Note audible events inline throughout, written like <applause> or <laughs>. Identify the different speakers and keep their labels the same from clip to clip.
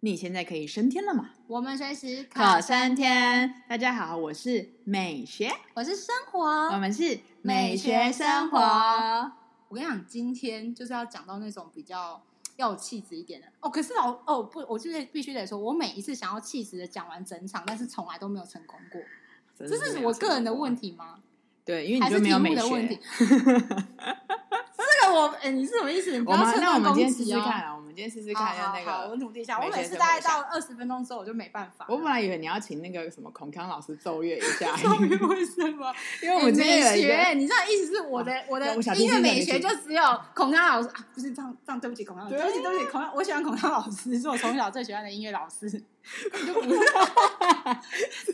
Speaker 1: 你现在可以升天了嘛？
Speaker 2: 我们随时
Speaker 1: 考升天！大家好，我是美学，
Speaker 2: 我是生
Speaker 1: 我
Speaker 2: 活，
Speaker 1: 们是
Speaker 2: 美学生活
Speaker 1: 活。
Speaker 2: 我跟你讲，今天就是要讲到那种比较要有气质一点的哦。可是老哦不，我就是必须得说，我每一次想要气质的讲完整场，但是从来都没有成功过。
Speaker 1: 这
Speaker 2: 这是我个人的问，题吗？
Speaker 1: 对，因为
Speaker 2: 还
Speaker 1: 你就是没
Speaker 2: 题
Speaker 1: 有
Speaker 2: 目
Speaker 1: 美
Speaker 2: 的
Speaker 1: <laughs>
Speaker 2: 问题
Speaker 1: 学。？
Speaker 2: 这个我哎，你是什么意思？你不
Speaker 1: 我
Speaker 2: 要
Speaker 1: 们
Speaker 2: 趁
Speaker 1: 那我
Speaker 2: 乱
Speaker 1: 们今
Speaker 2: 攻
Speaker 1: 天试
Speaker 2: 击
Speaker 1: 试
Speaker 2: 哦。
Speaker 1: 看啊，我们今天试试
Speaker 2: 好
Speaker 1: 看
Speaker 2: 好
Speaker 1: 要那
Speaker 2: 好，我
Speaker 1: 个。
Speaker 2: 努力一下。
Speaker 1: 美
Speaker 2: 我每
Speaker 1: 学
Speaker 2: 次
Speaker 1: 生
Speaker 2: 大
Speaker 1: 活
Speaker 2: 概
Speaker 1: 一下
Speaker 2: 到二十分钟之后，我就没办法。，
Speaker 1: 我本来以为你要请那个什么孔康老师奏乐一下
Speaker 2: <laughs> 终于为什么？
Speaker 1: 因为哎我们今天有
Speaker 2: 美
Speaker 1: 一个啊
Speaker 2: 学，你知道意思是我的我的
Speaker 1: 我想
Speaker 2: 音
Speaker 1: 听这
Speaker 2: 乐
Speaker 1: 个
Speaker 2: 美
Speaker 1: 美
Speaker 2: 学
Speaker 1: 学
Speaker 2: 就只有孔康老师啊，不是这样这样，对不起孔康老师，
Speaker 1: 对
Speaker 2: 对
Speaker 1: 啊
Speaker 2: 不起对不起孔康，我喜欢孔康老师，是我从小最喜欢的音乐
Speaker 1: <laughs>
Speaker 2: 老师，根本就不是超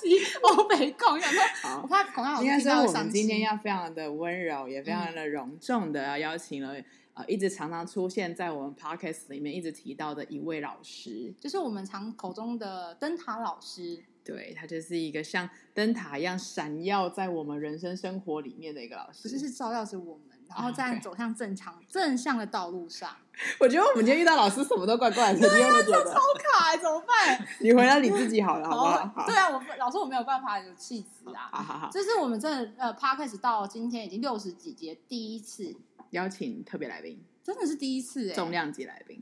Speaker 2: 级欧美控，想说我
Speaker 1: 好。
Speaker 2: 怕孔康老师
Speaker 1: 应该
Speaker 2: 听
Speaker 1: 说
Speaker 2: 到会
Speaker 1: 我
Speaker 2: 伤
Speaker 1: 们今天
Speaker 2: 心。
Speaker 1: 要非常的温柔，也非常的隆重的邀请了呃一直常常出现在我们 podcast 里面一直提到的一位老师，
Speaker 2: 就是我们常口中的灯塔老师，
Speaker 1: 对他就是一个像灯塔一样闪耀在我们人生生活里面的一个老
Speaker 2: 不
Speaker 1: 师。
Speaker 2: 是是照耀着我们，然后
Speaker 1: 啊
Speaker 2: 在
Speaker 1: 对
Speaker 2: 走向正常正向的道路上。
Speaker 1: 我觉得我们今天遇到老师什么都怪
Speaker 2: <laughs>
Speaker 1: 怪的，你有没有觉得？
Speaker 2: 卡怎么办？
Speaker 1: 你回答你自己好了，好不好？好
Speaker 2: 对，啊，我老师我没有办法有气质啊。
Speaker 1: 好好好，
Speaker 2: 这是我们真的呃 p a r k a s 到今天已经六十几节，第一次，
Speaker 1: 邀请特别来宾，
Speaker 2: 真的是第一次哎、
Speaker 1: 重量级来宾，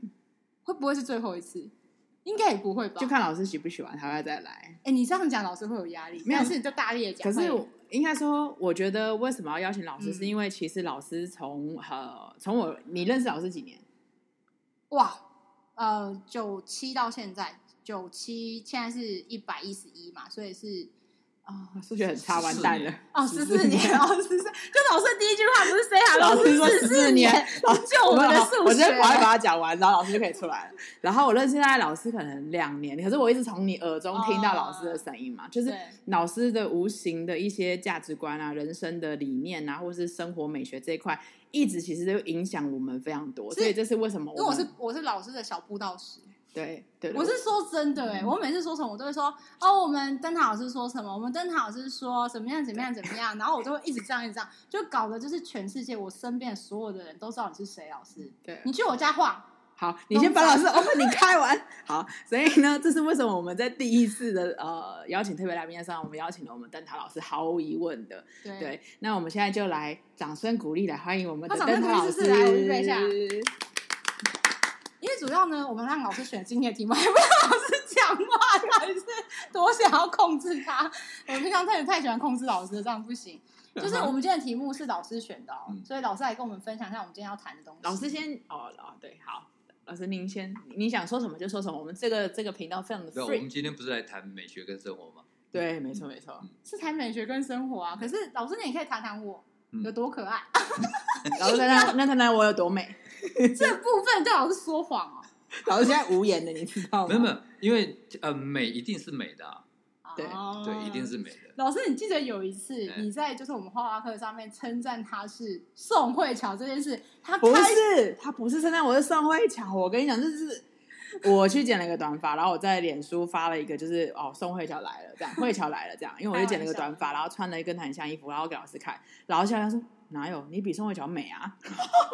Speaker 2: 会不会是最后一次？应该也不会吧？
Speaker 1: 就看老师喜不喜欢，他会再来。
Speaker 2: 哎、你这样讲老师会有压力，
Speaker 1: 没有
Speaker 2: 但是你就大力的讲。
Speaker 1: 可是
Speaker 2: 会
Speaker 1: 我应该说，我觉得为什么要邀请老师，
Speaker 2: 嗯
Speaker 1: 是因为其实老师从呃从我你认识老师几年？
Speaker 2: 哇，呃，九七到现在，九七现在是一百一十一嘛，所以是啊、
Speaker 1: 数学很差，完蛋了。
Speaker 2: 哦十四年， <laughs> 哦十四，跟老师第一句话不是 say hello，
Speaker 1: 老师说
Speaker 2: 十四
Speaker 1: 14年老师
Speaker 2: <laughs> 就我们的数
Speaker 1: 啊我
Speaker 2: 学
Speaker 1: 觉，得我会把它讲完，然后老师就可以出来了。 <laughs> 然后我认识大概老师可能两年，可是我一直从你耳中听到老师的声音嘛，就是
Speaker 2: 对
Speaker 1: 老师的无形的一些价值观啊、人生的理念啊，或是生活美学这一块，一直其实都影响我们非常多。
Speaker 2: 是
Speaker 1: 所以这是为什么
Speaker 2: 因为我
Speaker 1: 们
Speaker 2: 是我是老师的小布道师。
Speaker 1: 对对，对嗯
Speaker 2: 我是说真的哎、我每次说什么我都会说哦，我们灯塔老师说什么，我们灯塔老师说怎么样怎么样怎么样，然后我就会一直这样一直这样，就搞得就是全世界我身边的所有的人都知道你是谁老师。
Speaker 1: 对
Speaker 2: 你去我家晃，
Speaker 1: 好，你先把老师我们你开完。好，所以呢，这是为什么我们在第一次的呃邀请特别来宾上，我们邀请了我们灯塔老师，毫无疑问的。
Speaker 2: 对，
Speaker 1: 对，那我们现在就来掌声鼓励，来欢迎我们的
Speaker 2: 他掌
Speaker 1: 灯
Speaker 2: 声
Speaker 1: 塔老
Speaker 2: 鼓
Speaker 1: 师。
Speaker 2: 励是不是来我预备一下因为主要呢，我们让老师选今天的题目，还不让老师讲话，到底是多想要控制他？我平常太太喜欢控制老师了，这样不行。就是我们今天的题目是老师选的、哦，
Speaker 1: 嗯
Speaker 2: 所以老师来跟我们分享一下我们今天要谈的东西。
Speaker 1: 老师先哦哦对，好，老师您先，你想说什么就说什么。我们这个这个频道非常的
Speaker 3: 对，我们
Speaker 1: free。
Speaker 3: 今天不是来谈美学跟生活吗？
Speaker 1: 对，没错没
Speaker 3: <laughs>
Speaker 1: 错。
Speaker 2: 是谈美学跟生活啊，可是老师你也可以谈谈我、
Speaker 3: 嗯
Speaker 2: 有多可爱。
Speaker 1: 老师谈谈，那谈谈我有多美。
Speaker 2: 这部分对老师说谎哦。
Speaker 1: 老师现在无言的，你知道吗？
Speaker 3: 没有没有，因为呃，美一定是美的、啊，
Speaker 1: 对
Speaker 2: 哦
Speaker 3: 对，一定。是美的。
Speaker 2: 老师，你记得有一次
Speaker 3: 哎
Speaker 2: 你在就是我们画画课上面称赞他是宋慧乔这件事，他开
Speaker 1: 不是，他不是圣诞，我是宋慧乔。我跟你讲，就是我去剪了一个短发，然后我在脸书发了一个，就是哦，宋慧乔来了，这样，慧乔来了，这样。因为我就剪了一个短发，然后穿了一根很像衣服，然后给老师看，然后校长说哪有，你比宋慧乔美啊！ <laughs>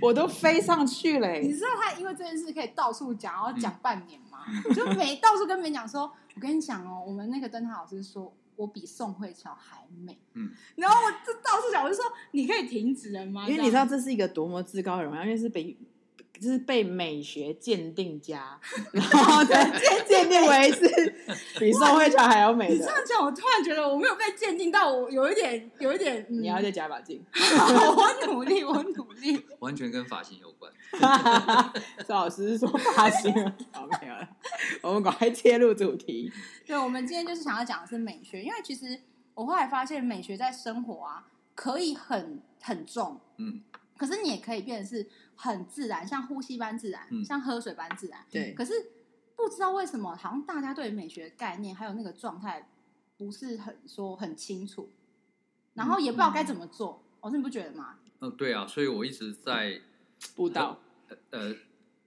Speaker 1: 我都飞上去了、
Speaker 2: 你知道他因为这件事可以到处讲，然后讲半年吗？就每到处跟别人讲说，我跟你讲哦，我们那个灯塔老师说。我比宋慧乔还美，
Speaker 3: 嗯，
Speaker 2: 然后我就到处讲，我就说你可以停止了吗？
Speaker 1: 因为
Speaker 2: 这
Speaker 1: 你
Speaker 2: 样
Speaker 1: 知道这是一个多么至高的荣耀，因为是被就是被美学鉴定家，然后
Speaker 2: <laughs>
Speaker 1: 再 <laughs> 鉴定为是比宋慧乔还要美
Speaker 2: 你这
Speaker 1: 的。
Speaker 2: 样讲，我突然觉得我没有被鉴定到，我有一点，有一点，嗯、
Speaker 1: 你要再加把劲。
Speaker 2: 好， <laughs> 我努力，我努力。
Speaker 3: 完全跟发型有关。
Speaker 1: <laughs> 赵老师是说发型了，好没有了，我们赶快切入主题。
Speaker 2: 对，我们今天就是想要讲的是美学，因为其实我后来发现美学在生活啊，可以很很重，
Speaker 3: 嗯，
Speaker 2: 可是你也可以变得是很自然，像呼吸般自然，
Speaker 3: 嗯
Speaker 2: 像喝水般自然。
Speaker 1: 对
Speaker 2: 可是不知道为什么，好像大家对美学的概念还有那个状态不是很说很清楚，然后也不知道该怎么做。老师，你不觉得吗？
Speaker 3: 嗯，对啊，所以我一直在
Speaker 1: 步道，
Speaker 3: 呃呃，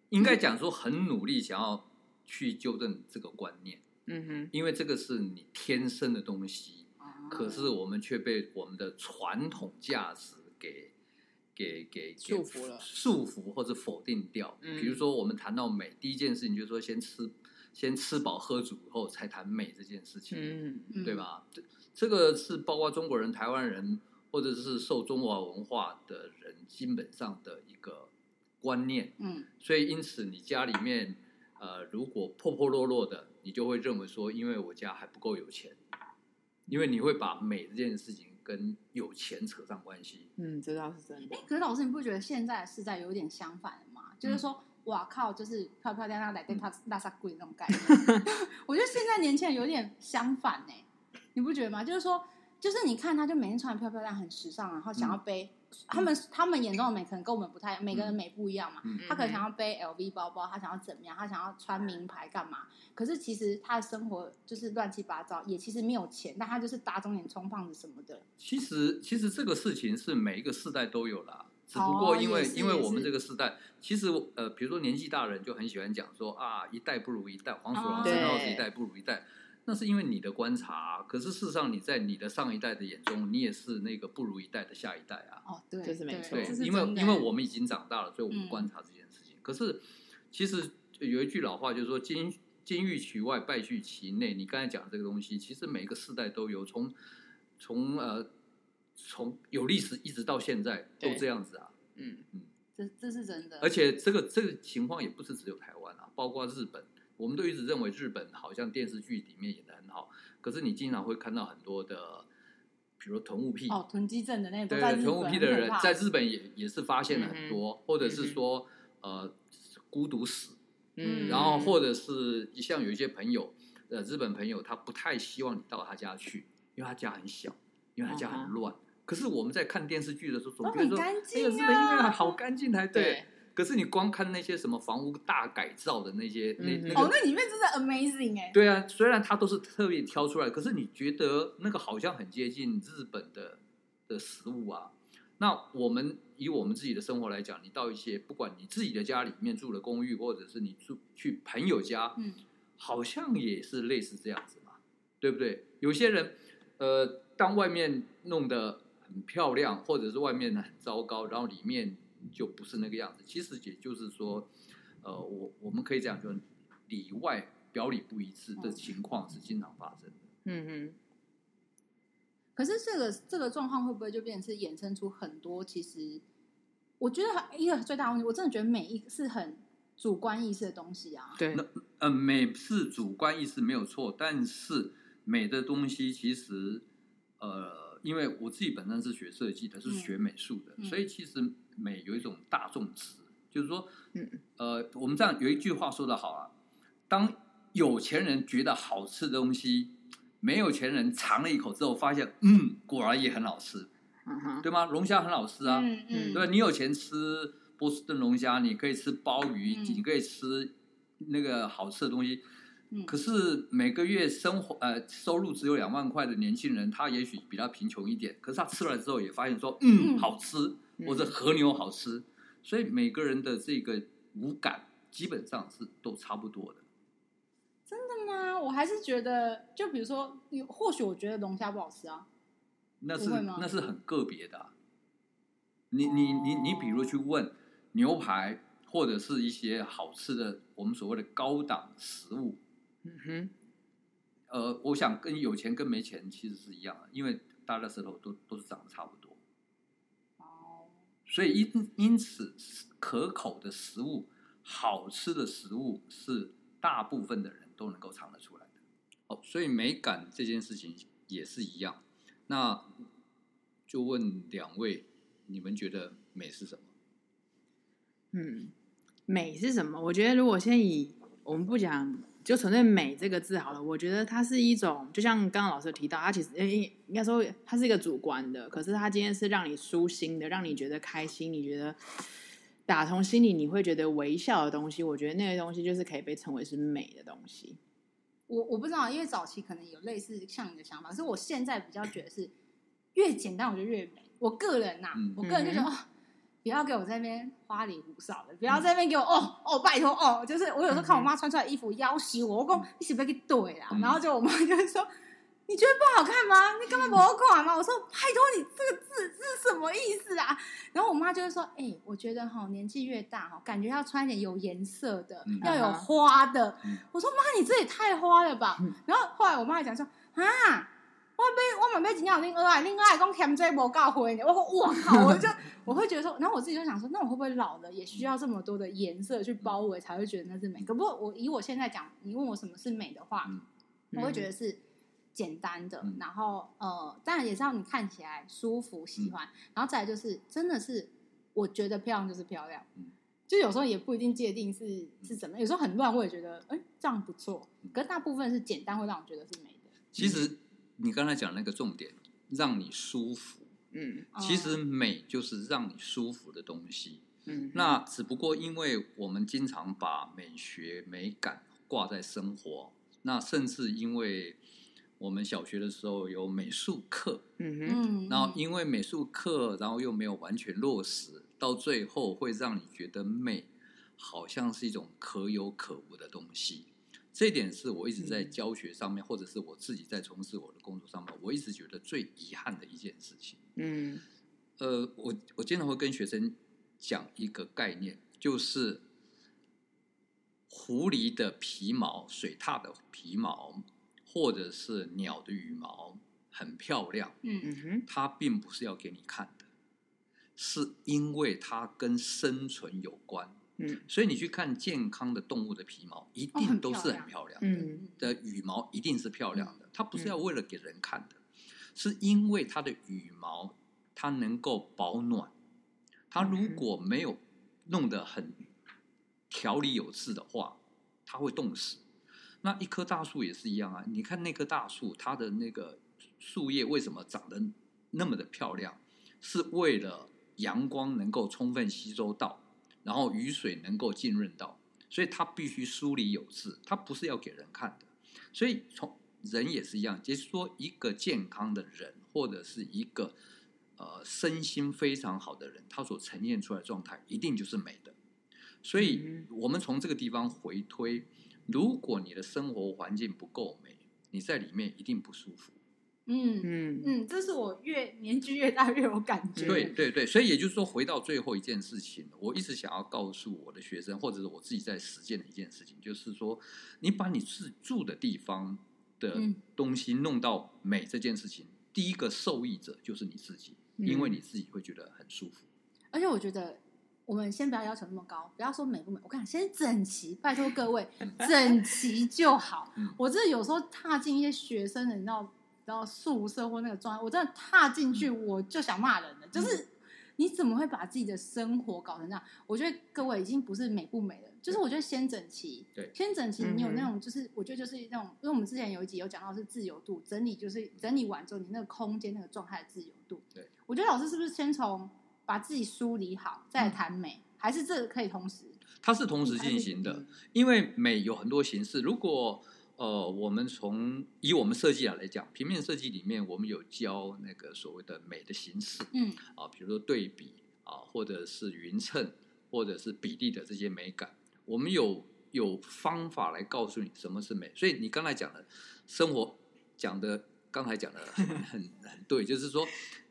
Speaker 3: 应该讲说很努力想要去纠正这个观念，
Speaker 1: 嗯
Speaker 3: 因为这个是你天生的东西，可是我们却被我们的传统价值给给给给
Speaker 1: 束缚了
Speaker 3: 束缚或者否定掉。
Speaker 1: 嗯
Speaker 3: 比如说，我们谈到美，第一件事情就是说先吃，先吃饱喝足以后才谈美这件事情。
Speaker 1: 嗯，
Speaker 2: 嗯
Speaker 3: 对？吧？这这个是包括中国人、台湾人，或者是受中华文化的人基本上的一个观念。
Speaker 2: 嗯
Speaker 3: 所以，因此你家里面，呃，如果破破落落的，你就会认为说，因为我家还不够有钱，因为你会把美这件事情跟有钱扯上关系。
Speaker 1: 嗯，这倒是真的
Speaker 2: 哎、。可是老师，你不觉得现在的世代有点相反了吗？就是说，哇靠，就是漂漂亮亮来跟他大傻鬼那种概念。我觉得现在年轻人有点相反呢、你不觉得吗？就是说，就是你看他就每天穿得漂漂亮，很时尚，然后想要背、他们他们眼中的美，可能跟我们不太，每个人美不一样嘛。
Speaker 3: 嗯
Speaker 2: 他可能想要背 LV 包包，他想要怎么样，他想要穿名牌干嘛？可是其实他的生活就是乱七八糟，也其实没有钱，但他就是打肿脸充胖子什么的。
Speaker 3: 其实，其实这个事情是每一个世代都有啦，只不过因为、
Speaker 2: 哦也是
Speaker 3: 因为我
Speaker 2: 也
Speaker 3: 们
Speaker 2: 是
Speaker 3: 这个世代，其实呃，比如说年纪大人就很喜欢讲说啊，一代不如一代，黄鼠狼
Speaker 2: 哦
Speaker 3: 知道
Speaker 1: 对
Speaker 3: 是一代不如一代。那是因为你的观察，啊可是事实上你在你的上一代的眼中，你也是那个不如一代的下一代啊。
Speaker 2: 哦，对，
Speaker 1: 这是没
Speaker 2: 对
Speaker 1: 错
Speaker 3: 对
Speaker 2: 这，是
Speaker 3: 因为
Speaker 2: 真的
Speaker 3: 因为我们已经长大了，所以我
Speaker 2: 嗯
Speaker 3: 们观察这件事情。可是其实有一句老话就是说“金金玉其外，败絮其内”。你刚才讲这个东西，其实每一个世代都有，从从呃从有历史一直到现在都
Speaker 1: 对
Speaker 3: 这样子啊。
Speaker 1: 嗯，
Speaker 2: 这这是真的，
Speaker 3: 而且这个这个情况也不是只有台湾啊，包括日本，我们都一直认为日本好像电视剧里面演的很好，可是你经常会看到很多的，比如说囤物癖
Speaker 2: 哦，囤积症的那种，
Speaker 3: 对
Speaker 2: 在
Speaker 3: 对，
Speaker 2: 日
Speaker 3: 囤
Speaker 2: 本
Speaker 3: 物癖的人
Speaker 2: 很可怕
Speaker 3: 在日本也也是发现了很多，或者
Speaker 1: 嗯
Speaker 3: 是
Speaker 1: 哼
Speaker 3: 说呃孤独死，
Speaker 2: 嗯
Speaker 3: 然后或者是像有一些朋友，呃日本朋友他不太希望你到他家去，因为他家很小，因为他家
Speaker 1: 嗯
Speaker 3: 很
Speaker 1: 哼
Speaker 3: 乱。可是我们在看电视剧的时候，总
Speaker 2: 都
Speaker 3: 觉得
Speaker 2: 很
Speaker 3: 说，
Speaker 2: 干
Speaker 3: 哎呀，
Speaker 2: 净
Speaker 3: 日本
Speaker 2: 啊
Speaker 3: 因为好干净才
Speaker 1: 对，
Speaker 3: 可是你光看那些什么房屋大改造的那些，那
Speaker 1: 嗯
Speaker 3: 那
Speaker 2: 哦，
Speaker 3: 个，
Speaker 2: 那里面真的 amazing 哎、
Speaker 3: 对啊，虽然它都是特别挑出来，可是你觉得那个好像很接近日本的的食物啊。那我们以我们自己的生活来讲，你到一些不管你自己的家里面住的公寓，或者是你住去朋友家，
Speaker 2: 嗯，
Speaker 3: 好像也是类似这样子嘛，对不对？有些人，呃，当外面弄得很漂亮，或者是外面很糟糕，然后里面就不是那个样子。其实也就是说，呃，我我们可以讲，就是里外表里不一致的情况是经常发生的。
Speaker 1: 嗯
Speaker 2: 可是这个这个状况会不会就变成是衍生出很多？其实我觉得一个最大的问题，我真的觉得每一个是很主观意识的东西啊
Speaker 1: 哼，。对，
Speaker 3: 那呃，美是主观意识没有错，但是美的东西其实，呃，因为我自己本身是学设计的，是
Speaker 2: 嗯
Speaker 3: 学美术的，
Speaker 2: 嗯
Speaker 3: 所以其实美有一种大众值，就是说，
Speaker 1: 嗯，
Speaker 3: 呃，我们这样有一句话说的好啊，当有钱人觉得好吃的东西，没有钱人尝了一口之后，发现，嗯，果然也很好吃，
Speaker 1: 嗯哼，
Speaker 3: 对吗？龙虾很好吃啊，
Speaker 2: 嗯嗯，
Speaker 3: 对吧？你有钱吃波士顿龙虾，你可以吃鲍鱼，
Speaker 2: 嗯
Speaker 3: 你可以吃那个好吃的东西。
Speaker 2: 嗯
Speaker 3: 可是每个月生活呃收入只有两万块的年轻人，他也许比较贫穷一点，可是他吃了之后也发现说，嗯，
Speaker 2: 嗯
Speaker 3: 好吃，
Speaker 1: 嗯
Speaker 3: 或者和牛好吃。所以每个人的这个五感基本上是都差不多的。
Speaker 2: 真的吗？我还是觉得，就比如说，有或许我觉得龙虾不好吃啊，
Speaker 3: 那
Speaker 2: 不
Speaker 3: 是
Speaker 2: 会吗哦
Speaker 3: 那是很个别的啊、你你你你，比如去问牛排，或者是一些好吃的我们所谓的高档食物，
Speaker 1: 嗯哼，
Speaker 3: 呃，我想跟有钱跟没钱其实是一样的，因为大家舌头都都是长得差不多，
Speaker 2: 哦，
Speaker 3: 所以因因此可口的食物、好吃的食物是大部分的人都能够尝得出来的。哦，所以美感这件事情也是一样。那就问两位，你们觉得美是什么？
Speaker 1: 嗯，美是什么？我觉得如果先以我们不讲，就纯粹美这个字好了，我觉得它是一种，就像刚刚老师有提到，它其实呃应应该说它是一个主观的，可是它今天是让你舒心的，让你觉得开心，你觉得打从心里你会觉得微笑的东西，我觉得那些东西就是可以被称为是美的东西。
Speaker 2: 我我不知道，因为早期可能有类似像你的想法，可是我现在比较觉得是越简单我就越美。我个人呐、
Speaker 3: 嗯
Speaker 2: 我个人就觉得、哦，不要给我在那边花里胡哨的，不
Speaker 3: 嗯
Speaker 2: 要在那边给我哦哦，拜托哦，就是我有时候看我妈穿出来的衣服要挟我，我讲你是不是给怼啦？
Speaker 3: 嗯
Speaker 2: 然后就我妈就会说。你觉得不好看吗？你根本不好看嘛！我说拜托你这个字是什么意思啊？然后我妈就会说：“哎、我觉得哈年纪越大哈，感觉要穿一点有颜色的，
Speaker 3: 嗯
Speaker 2: 要有
Speaker 1: 啊哈
Speaker 2: 花的。
Speaker 3: 嗯
Speaker 2: 我说：“妈，你这也太花了吧！”
Speaker 1: 嗯
Speaker 2: 然后后来我妈还讲说：“啊，我被我买被紧张拎二啊，拎二还讲欠这无够灰呢。”我说：“我靠！”我就我会觉得说，然后我自己就想说，那我会不会老了也需要这么多的颜色去包围，才会觉得那是美？可不过我以我现在讲，你问我什么是美的话，
Speaker 3: 嗯
Speaker 2: 我会觉
Speaker 1: 得
Speaker 2: 得是简单的，
Speaker 3: 嗯
Speaker 2: 然后呃，当然也是让你看起来舒服、喜欢，
Speaker 3: 嗯
Speaker 2: 然后再来就是真的是我觉得漂亮就是漂亮，
Speaker 3: 嗯
Speaker 2: 就有时候也不一定界定是是怎么样，有时候很乱，我也觉得哎、这样不错，
Speaker 3: 嗯
Speaker 2: 可是大部分是简单会让我觉得是美的，
Speaker 3: 其实你刚才讲那个重点，让你舒服。
Speaker 1: 嗯
Speaker 3: 其
Speaker 2: 哦
Speaker 3: 实美就是让你舒服的东西。
Speaker 1: 嗯，
Speaker 3: 那只不过因为我们经常把美学、美感挂在生活，那甚至因为我们小学的时候有美术课，
Speaker 1: 嗯哼
Speaker 2: 嗯，
Speaker 3: 然后因为美术课，然后又没有完全落实，到最后会让你觉得美好像是一种可有可无的东西。这一点是我一直在
Speaker 1: 嗯
Speaker 3: 教学上面，或者是我自己在从事我的工作上面，我一直觉得最遗憾的一件事情。
Speaker 1: 嗯
Speaker 3: 呃，我我经常会跟学生讲一个概念，就是狐狸的皮毛、水獭的皮毛，或者是鸟的羽毛，很漂亮。
Speaker 2: 嗯
Speaker 1: 嗯哼
Speaker 3: 它并不是要给你看的，是因为它跟生存有关。
Speaker 1: 嗯，
Speaker 3: 所以你去看健康的动物的皮毛，一
Speaker 2: 哦
Speaker 3: 定
Speaker 2: 很
Speaker 3: 都
Speaker 2: 漂
Speaker 3: 是很
Speaker 2: 亮
Speaker 3: 漂亮的，
Speaker 1: 嗯
Speaker 3: 的羽毛一定是漂亮的。它不是要为了给人看的，是因为它的羽毛它能够保暖。它如果没有弄得很条理有致的话，它会冻死。那一棵大树也是一样啊，你看那棵大树，它的那个树叶为什么长得那么的漂亮？是为了阳光能够充分吸收到，然后雨水能够浸润到，所以它必须梳理有致，它不是要给人看的。所以从人也是一样，就是说一个健康的人，或者是一个呃身心非常好的人，他所呈现出来的状态一定就是美的。所以
Speaker 1: 嗯，
Speaker 3: 我们从这个地方回推，如果你的生活环境不够美，你在里面一定不舒服。
Speaker 2: 嗯
Speaker 1: 嗯
Speaker 2: 嗯，这是我越年纪越大越有感觉，
Speaker 3: 对对对，所以也就是说，回到最后一件事情，我一直想要告诉我的学生，或者是我自己在实践的一件事情，就是说，你把你自住的地方的
Speaker 2: 嗯
Speaker 3: 东西弄到美这件事情，第一个受益者就是你自己，
Speaker 1: 嗯
Speaker 3: 因为你自己会觉得很舒服。
Speaker 2: 而且我觉得，我们先不要要求那么高，不要说美不美，我看先整齐，拜托各
Speaker 3: <laughs>
Speaker 2: 位，整齐就好
Speaker 3: 嗯。
Speaker 2: 我真的有时候踏进一些学生的，你知道，你知道宿舍或那个状态，我真的踏进去
Speaker 3: 嗯
Speaker 2: 我就想骂人了，就是。你怎么会把自己的生活搞成这样？我觉得各位已经不是美不美了，就是我觉得先整齐，
Speaker 3: 对
Speaker 2: 先整齐。你有
Speaker 1: 嗯哼
Speaker 2: 那种就是，我觉得就是那种，因为我们之前有一集有讲到是自由度，整理就是整理完之后，你那个空间那个状态的自由度，我觉得老师是不是先从把自己梳理好，
Speaker 3: 嗯
Speaker 2: 再来谈美，还是这个可以同时？
Speaker 3: 它是同时进行的，
Speaker 1: 嗯
Speaker 3: 因为美有很多形式。如果呃，我们从以我们设计来讲，平面设计里面我们有教那个所谓的美的形式，
Speaker 2: 嗯
Speaker 3: 啊，比如说对比啊，或者是匀称，或者是比例的这些美感，我们有有方法来告诉你什么是美。所以你刚才讲的生活讲的，刚才讲的很很很对，就是说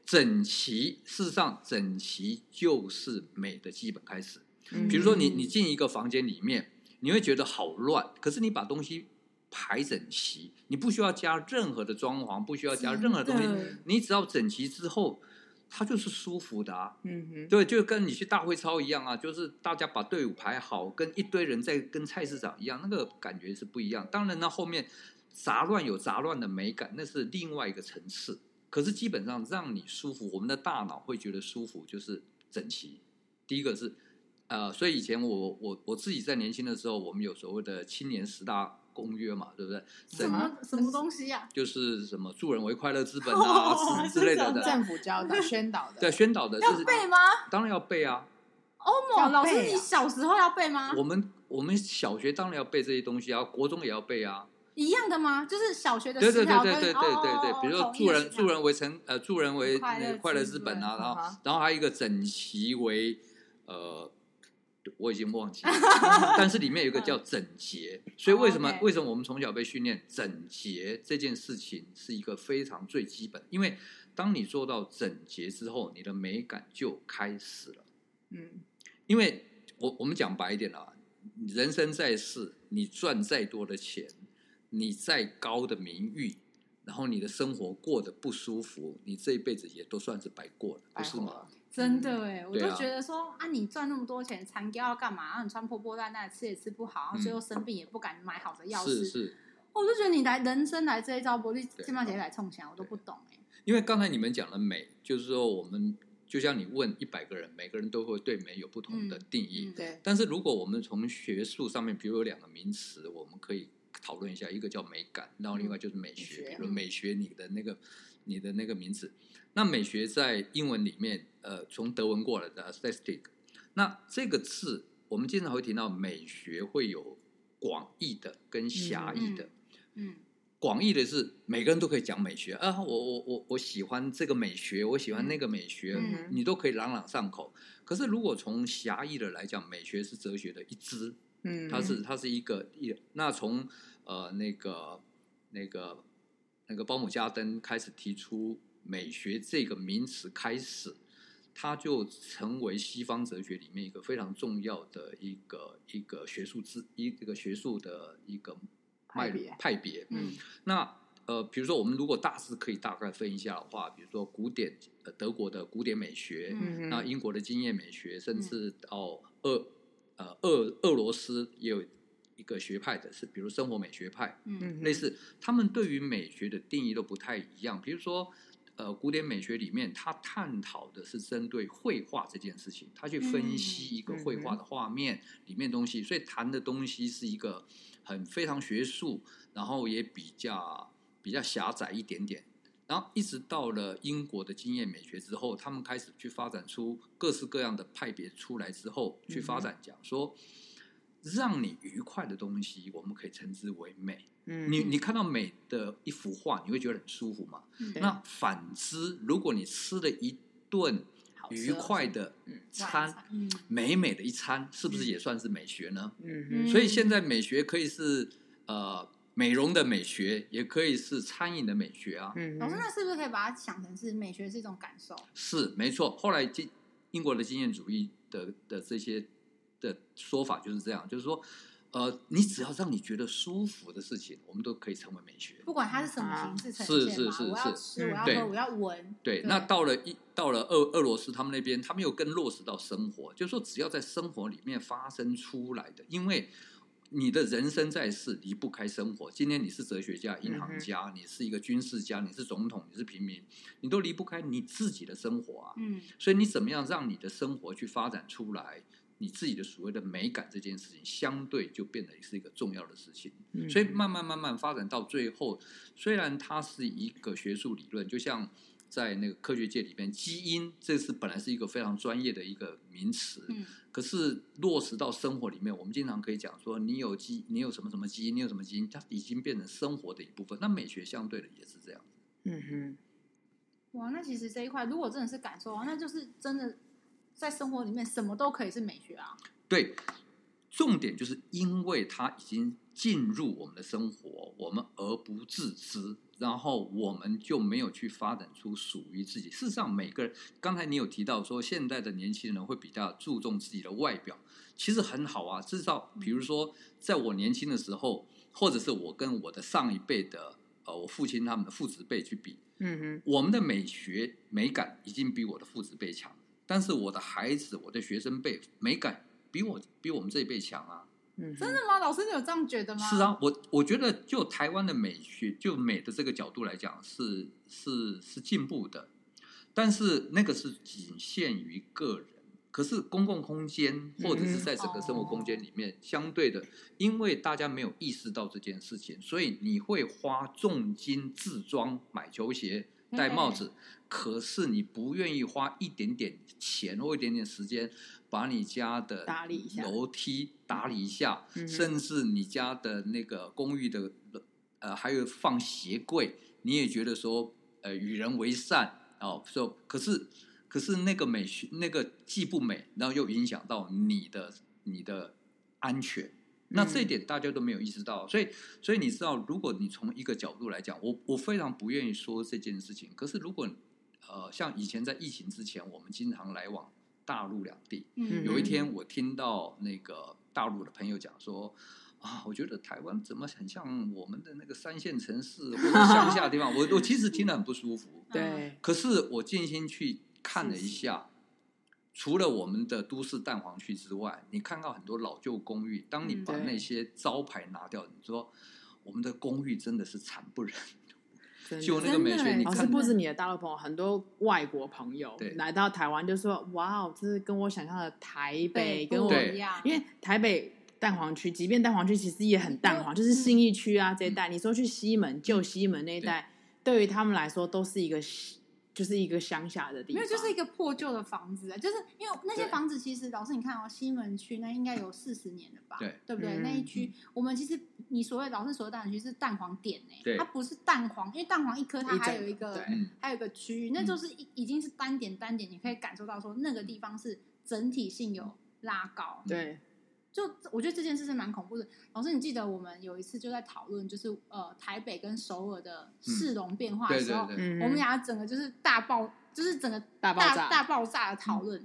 Speaker 3: 整齐，事实上整齐就是美的基本开始。
Speaker 1: 嗯
Speaker 3: 比如说你你进一个房间里面，你会觉得好乱，可是你把东西排整齐，你不需要加任何的装潢，不需要加任何东西
Speaker 2: 真的，
Speaker 3: 你只要整齐之后，它就是舒服的啊。
Speaker 1: 嗯哼
Speaker 3: 对，就跟你去大会操一样啊，就是大家把队伍排好，跟一堆人在跟菜市场一样，那个感觉是不一样。当然呢，后面杂乱有杂乱的美感，那是另外一个层次。可是基本上让你舒服，我们的大脑会觉得舒服，就是整齐。第一个是，呃，所以以前我我我自己在年轻的时候，我们有所谓的青年十大公约嘛，对不对？
Speaker 2: 什
Speaker 3: 整
Speaker 2: 么什么东西呀、
Speaker 3: 就是什么助人为快乐之本
Speaker 2: 哦
Speaker 3: 啊之之类的
Speaker 2: 这种
Speaker 3: 的，
Speaker 1: 政府教导宣导的
Speaker 3: 对宣导的，就
Speaker 2: 要
Speaker 3: 是
Speaker 2: 背吗？
Speaker 3: 当然要背啊。
Speaker 2: 欧
Speaker 1: 要
Speaker 2: 某
Speaker 1: 背
Speaker 2: 老师，
Speaker 1: 啊
Speaker 2: 你小时候要背吗？
Speaker 3: 我们我们小学当然要背这些东西啊，国中也要背啊。
Speaker 2: 一样的吗？就是小学的
Speaker 3: 对对
Speaker 2: 十
Speaker 3: 对
Speaker 2: 条跟
Speaker 3: 对对对
Speaker 2: 哦哦
Speaker 3: 对
Speaker 2: 哦
Speaker 3: 对，比如
Speaker 2: 统
Speaker 3: 说
Speaker 2: 一
Speaker 3: 助
Speaker 2: 的
Speaker 3: 人
Speaker 2: 十条
Speaker 1: 嗯
Speaker 3: 助人为成呃助人为
Speaker 2: 快乐
Speaker 3: 呃快乐
Speaker 2: 之
Speaker 3: 之本啊，
Speaker 1: 本
Speaker 3: 然后
Speaker 1: 嗯哼
Speaker 3: 然后还有一个整齐为呃我已经忘记
Speaker 2: <laughs>
Speaker 3: 了，但是里面有一个叫整洁，所以为什么、
Speaker 2: 嗯哦，OK
Speaker 3: 为什么我们从小被训练整洁这件事情是一个非常最基本，因为当你做到整洁之后，你的美感就开始了。
Speaker 1: 嗯，
Speaker 3: 因为我我们讲白一点啊啦，人生在世，你赚再多的钱，你再高的名誉，然后你的生活过得不舒服，你这一辈子也都算是白过了，不
Speaker 1: 白
Speaker 3: 是
Speaker 1: 活
Speaker 3: 吗
Speaker 1: 了？，
Speaker 2: 真的哎，我
Speaker 3: 对
Speaker 2: 就
Speaker 3: 啊
Speaker 2: 觉得说啊，你赚那么多钱，残掉要干嘛？然后你穿破破烂烂，吃也吃不好，然后最后生病也不敢买好的药
Speaker 3: 是
Speaker 2: 吃。
Speaker 3: 是，
Speaker 2: 我就觉得你来人生来这一招，不是
Speaker 3: 对
Speaker 2: 金马姐来冲钱，我都不懂哎。
Speaker 3: 因为刚才你们讲的美，就是说我们就像你问一百个人，每个人都会对美有不同的
Speaker 2: 嗯
Speaker 3: 定义。
Speaker 2: 嗯
Speaker 1: 对，
Speaker 3: 但是如果我们从学术上面，比如有两个名词，我们可以讨论一下，一个叫美感，然后另外就是美
Speaker 1: 美
Speaker 3: 学。
Speaker 1: 学
Speaker 3: 比如美学，你的那个你的那个名词，那美学在英文里面，呃，从德文过来的 aesthetic。那这个字，我们经常会听到美学会有广义的跟狭义的。
Speaker 2: 嗯，
Speaker 3: 广义的是每个人都可以讲美学啊，我我我我喜欢这个美学，我喜欢那个美学，
Speaker 2: 嗯
Speaker 1: 嗯
Speaker 3: 你都可以朗朗上口。可是如果从狭义的来讲，美学是哲学的一支，
Speaker 1: 嗯，
Speaker 3: 它是它是一个一。那从呃那个那个那个鲍姆加登开始提出美学这个名词开始，它就成为西方哲学里面一个非常重要的一个一个学术之一这个学术的一个脉
Speaker 1: 派别
Speaker 3: 派别。
Speaker 1: 嗯
Speaker 3: 那呃，比如说我们如果大致可以大概分一下的话，比如说古典呃德国的古典美学，
Speaker 1: 嗯
Speaker 3: 那
Speaker 1: 哼
Speaker 3: 英国的经验美学，甚至到俄呃俄俄罗斯也有一个学派的是，比如生活美学派，
Speaker 2: 嗯
Speaker 1: 嗯哼
Speaker 3: 类似他们对于美学的定义都不太一样。比如说，呃，古典美学里面，它探讨的是针对绘画这件事情，它去分
Speaker 1: 嗯
Speaker 3: 析一个绘画的画面、里面东西，所以谈的东西是一个很非常学术，然后也比较比较狭窄一点点。然后一直到了英国的经验美学之后，他们开始去发展出各式各样的派别出来之后，去
Speaker 1: 嗯
Speaker 3: 发展讲说，让你愉快的东西，我们可以称之为美。
Speaker 1: 嗯
Speaker 3: 你你看到美的一幅画，你会觉得很舒服嘛？
Speaker 2: 嗯
Speaker 1: 对
Speaker 3: 那反之，如果你吃了一顿
Speaker 1: 好吃
Speaker 3: 愉快的
Speaker 1: 嗯
Speaker 2: 晚
Speaker 3: 餐
Speaker 2: 餐，嗯
Speaker 3: 美美的一餐，是不是也算是美学呢？
Speaker 1: 嗯
Speaker 2: 嗯
Speaker 1: 哼
Speaker 3: 所以现在美学可以是呃美容的美学，也可以是餐饮的美学啊。
Speaker 1: 嗯
Speaker 2: 老师，
Speaker 1: 哼
Speaker 2: 那是不是可以把它想成是美学是一种感受？
Speaker 3: 是没错。后来经英国的经验主义的的这些的说法就是这样，就是说，呃，你只要让你觉得舒服的事情，我们都可以成为美学。
Speaker 2: 不管它是什么形式呈
Speaker 3: 啊是
Speaker 2: 现
Speaker 3: 是
Speaker 2: 嘛
Speaker 3: 是
Speaker 2: 我要
Speaker 3: 是
Speaker 2: 吃，我
Speaker 1: 嗯
Speaker 2: 要
Speaker 3: 对
Speaker 2: 喝，我要闻。
Speaker 3: 对，那到了一到了俄俄罗斯他们那边，他们又更落实到生活，就是说只要在生活里面发生出来的，因为你的人生在世离不开生活。今天你是哲学家、银行家，你是一个军事家，你是总统，你是平民，你都离不开你自己的生活啊。
Speaker 2: 嗯
Speaker 3: 所以你怎么样让你的生活去发展出来，你自己的所谓的美感这件事情，相对就变得是一个重要的事情。
Speaker 1: 嗯
Speaker 3: 所以慢慢慢慢发展到最后，虽然它是一个学术理论，就像在那个科学界里面，基因这是本来是一个非常专业的一个名词，
Speaker 2: 嗯
Speaker 3: 可是落实到生活里面，我们经常可以讲说，你有基，你有什么什么基因，你有什么基因，它已经变成生活的一部分。那美学相对的也是这样。
Speaker 1: 嗯哼
Speaker 2: 哇，那其实这一块如果真的是感受啊，那就是真的在生活里面什么都可以是美学啊。
Speaker 3: 对，重点就是因为它已经进入我们的生活，我们而不自知，然后我们就没有去发展出属于自己。事实上，每个人刚才你有提到说，现在的年轻人会比较注重自己的外表，其实很好啊。至少，比如说，在我年轻的时候，或者是我跟我的上一辈的。呃，我父亲他们的父子辈去比，
Speaker 1: 嗯哼
Speaker 3: 我们的美学美感已经比我的父子辈强，但是我的孩子、我的学生辈美感比我比我们这一辈强啊。
Speaker 1: 嗯哼，
Speaker 2: 真的吗？老师，你有这样觉得吗？
Speaker 3: 是，啊，我我觉得就台湾的美学，就美的这个角度来讲是，是是进步的，但是那个是仅限于个人。可是公共空间或者是
Speaker 1: 嗯
Speaker 3: 在整个生活空间里
Speaker 1: 哦
Speaker 3: 面，相对的，因为大家没有意识到这件事情，所以你会花重金自装买球鞋、戴帽
Speaker 1: 嗯
Speaker 3: 子，可是你不愿意花一点点钱或一点点时间，把你家的
Speaker 1: 打理一下
Speaker 3: 楼梯打理一下，
Speaker 1: 嗯哼
Speaker 3: 甚至你家的那个公寓的呃，还有放鞋柜，你也觉得说呃与人为善哦，说、可是可是那个美学那个既不美，然后又影响到你的你的安全。那
Speaker 1: 嗯
Speaker 3: 这一点大家都没有意识到，啊所以，所以你知道，如果你从一个角度来讲，我我非常不愿意说这件事情。可是，如果呃，像以前在疫情之前，我们经常来往大陆两地，
Speaker 2: 嗯
Speaker 3: 有一天我听到那个大陆的朋友讲说。啊，我觉得台湾怎么很像我们的那个三线城市或者乡下地方，我我其实听得很不舒服。
Speaker 2: 嗯
Speaker 1: 对，
Speaker 3: 可是我静心去看了一下，除了我们的都市蛋黄区之外，你看到很多老旧公寓，当你
Speaker 2: 嗯
Speaker 3: 把
Speaker 1: 对
Speaker 3: 那些招牌拿掉，你说我们的公寓真的是惨不忍
Speaker 1: 真的哎
Speaker 3: 就那个美
Speaker 2: 真的
Speaker 3: 学，你
Speaker 1: 老
Speaker 2: 哦
Speaker 1: 师
Speaker 3: 看
Speaker 2: 不
Speaker 1: 不止你的大陆朋友，很多外国朋友
Speaker 3: 对
Speaker 1: 来到台湾就说：“哇哦，这是跟我想象的台北，
Speaker 2: 北
Speaker 1: 跟
Speaker 2: 部
Speaker 1: 我
Speaker 3: 对
Speaker 2: 一样，
Speaker 1: 因为台北蛋黄区，即便蛋黄区其实也很蛋黄，就是信义区啊这一带。你说去西门、旧西门那一带，对于他们来说都是一个就是一个乡下的地
Speaker 2: 没
Speaker 1: 方，
Speaker 2: 有，就是一个破旧的房子啊，就是因为那些
Speaker 3: 对
Speaker 2: 房子其实老师你看哦，西门区那应该有四十年了吧，
Speaker 3: 对
Speaker 2: 不对？
Speaker 1: 嗯
Speaker 2: 那一区我们其实你所谓老师所谓蛋黄区是蛋黄点呢、
Speaker 3: 对
Speaker 2: 它不是蛋黄，因为蛋黄一颗它
Speaker 1: 一整
Speaker 2: 还有一个
Speaker 1: 对
Speaker 3: 嗯
Speaker 2: 还有一个区域，那就是已已经是单点单点，你可以感受到说那个地方是整体性有拉高，
Speaker 1: 对
Speaker 2: 就我觉得这件事是蛮恐怖的。老师，你记得我们有一次就在讨论，就是呃台北跟首尔的市容变化的
Speaker 3: 嗯对
Speaker 2: 时候，
Speaker 3: 对对，
Speaker 1: 嗯，
Speaker 2: 我们俩整个就是大爆，就是整个
Speaker 1: 大爆炸嗯
Speaker 2: 大爆炸的讨论，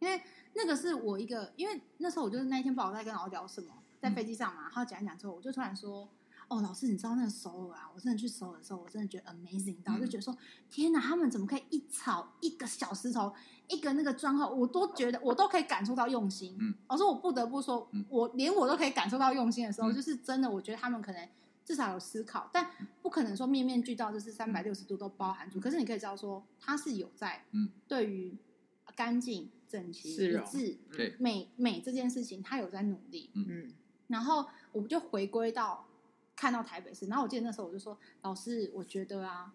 Speaker 2: 因为那个是我一个，因为那时候我就是那一天不知道在跟老师聊什么，
Speaker 1: 嗯
Speaker 2: 在飞机上嘛，然后讲一讲之后，我就突然说。哦，老师，你知道那个首尔啊？我真的去首尔的时候，我真的觉得 amazing 到，
Speaker 3: 嗯
Speaker 2: 就觉得说，天哪，他们怎么可以一草一个小石头，一个那个砖头，我都觉得我都可以感受到用心。
Speaker 3: 嗯，
Speaker 2: 老师，我不得不说，
Speaker 3: 嗯
Speaker 2: 我连我都可以感受到用心的时候，
Speaker 3: 嗯
Speaker 2: 就是真的，我觉得他们可能至少有思考，但不可能说面面俱到，就是三百六十度都包含住。可是你可以知道说，它是有在
Speaker 3: 嗯
Speaker 2: 对于干净、整齐、
Speaker 1: 是
Speaker 2: 一
Speaker 1: 哦
Speaker 2: 致、
Speaker 3: 对
Speaker 2: 美美这件事情，它有在努力。
Speaker 1: 嗯
Speaker 2: 然后我们就回归到看到台北市，然后我记得那时候我就说，老师，我觉得啊，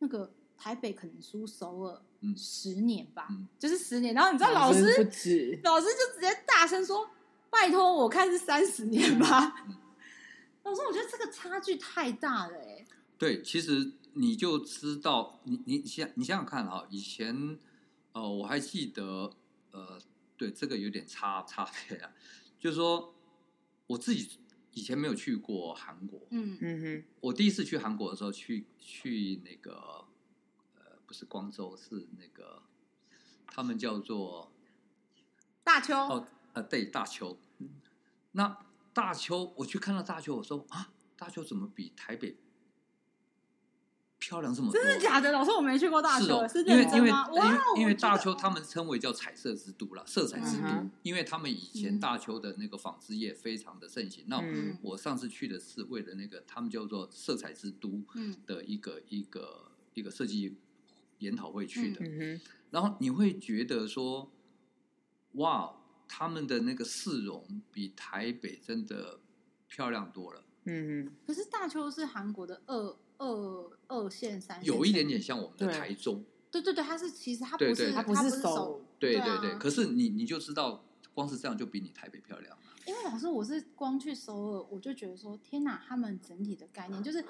Speaker 2: 那个台北可能输首尔
Speaker 3: 嗯
Speaker 2: 十年吧，
Speaker 3: 嗯
Speaker 2: 就是十年。然后你知道老
Speaker 1: 不
Speaker 2: 师，
Speaker 1: 止
Speaker 2: 老师就直接大声说：“拜托，我看是三十年吧。 <laughs>
Speaker 3: 嗯
Speaker 2: 老师，我觉得这个差距太大了、欸，
Speaker 3: 对，其实你就知道，你你想你想想看哈、以前呃，我还记得呃，对这个有点差差别啊，就是说我自己以前没有去过韩国，
Speaker 2: 嗯
Speaker 1: 嗯哼
Speaker 3: 我第一次去韩国的时候，去去那个呃，不是光州，是那个他们叫做
Speaker 2: 大邱，
Speaker 3: 哦呃，对大邱。那大邱，我去看到大邱，我说啊，大邱怎么比台北漂亮这么多？啊
Speaker 2: 真的假的？老师，我没去过大
Speaker 3: 是
Speaker 2: 邱，
Speaker 3: 哦，
Speaker 2: 是
Speaker 3: 因为
Speaker 2: 认
Speaker 3: 因
Speaker 2: 真
Speaker 3: 为
Speaker 2: 吗？
Speaker 3: 因为
Speaker 2: 哇，哦
Speaker 3: 因为
Speaker 2: 我觉
Speaker 3: 大
Speaker 2: 得
Speaker 3: 邱他们称为叫彩色之都啦，色彩之都，
Speaker 1: 嗯哼
Speaker 3: 因为他们以前
Speaker 2: 嗯
Speaker 3: 大邱的那个纺织业非常的盛行。那
Speaker 1: 嗯
Speaker 3: 我上次去的是为了那个他们叫做色彩之都，
Speaker 2: 嗯
Speaker 3: 的一个一个一个设计研讨会去的，
Speaker 1: 嗯哼
Speaker 3: 然后你会觉得说，哇，他们的那个市容比台北真的漂亮多了，
Speaker 1: 嗯哼，
Speaker 2: 可是大邱是韩国的二二二线三线，
Speaker 3: 有一点点像我们的
Speaker 1: 对
Speaker 3: 台中，
Speaker 2: 嗯对对对，它是其实它不
Speaker 3: 对
Speaker 2: 是
Speaker 3: 对
Speaker 2: 它
Speaker 1: 它
Speaker 2: 不
Speaker 1: 不
Speaker 2: 是
Speaker 1: 是
Speaker 2: 首，
Speaker 1: 手，
Speaker 3: 对
Speaker 2: 对啊
Speaker 3: 对。可是你你就知道，光是这样就比你台北漂亮了。
Speaker 2: 因为老师我是光去首尔，我就觉得说天哪，他们整体的概念就是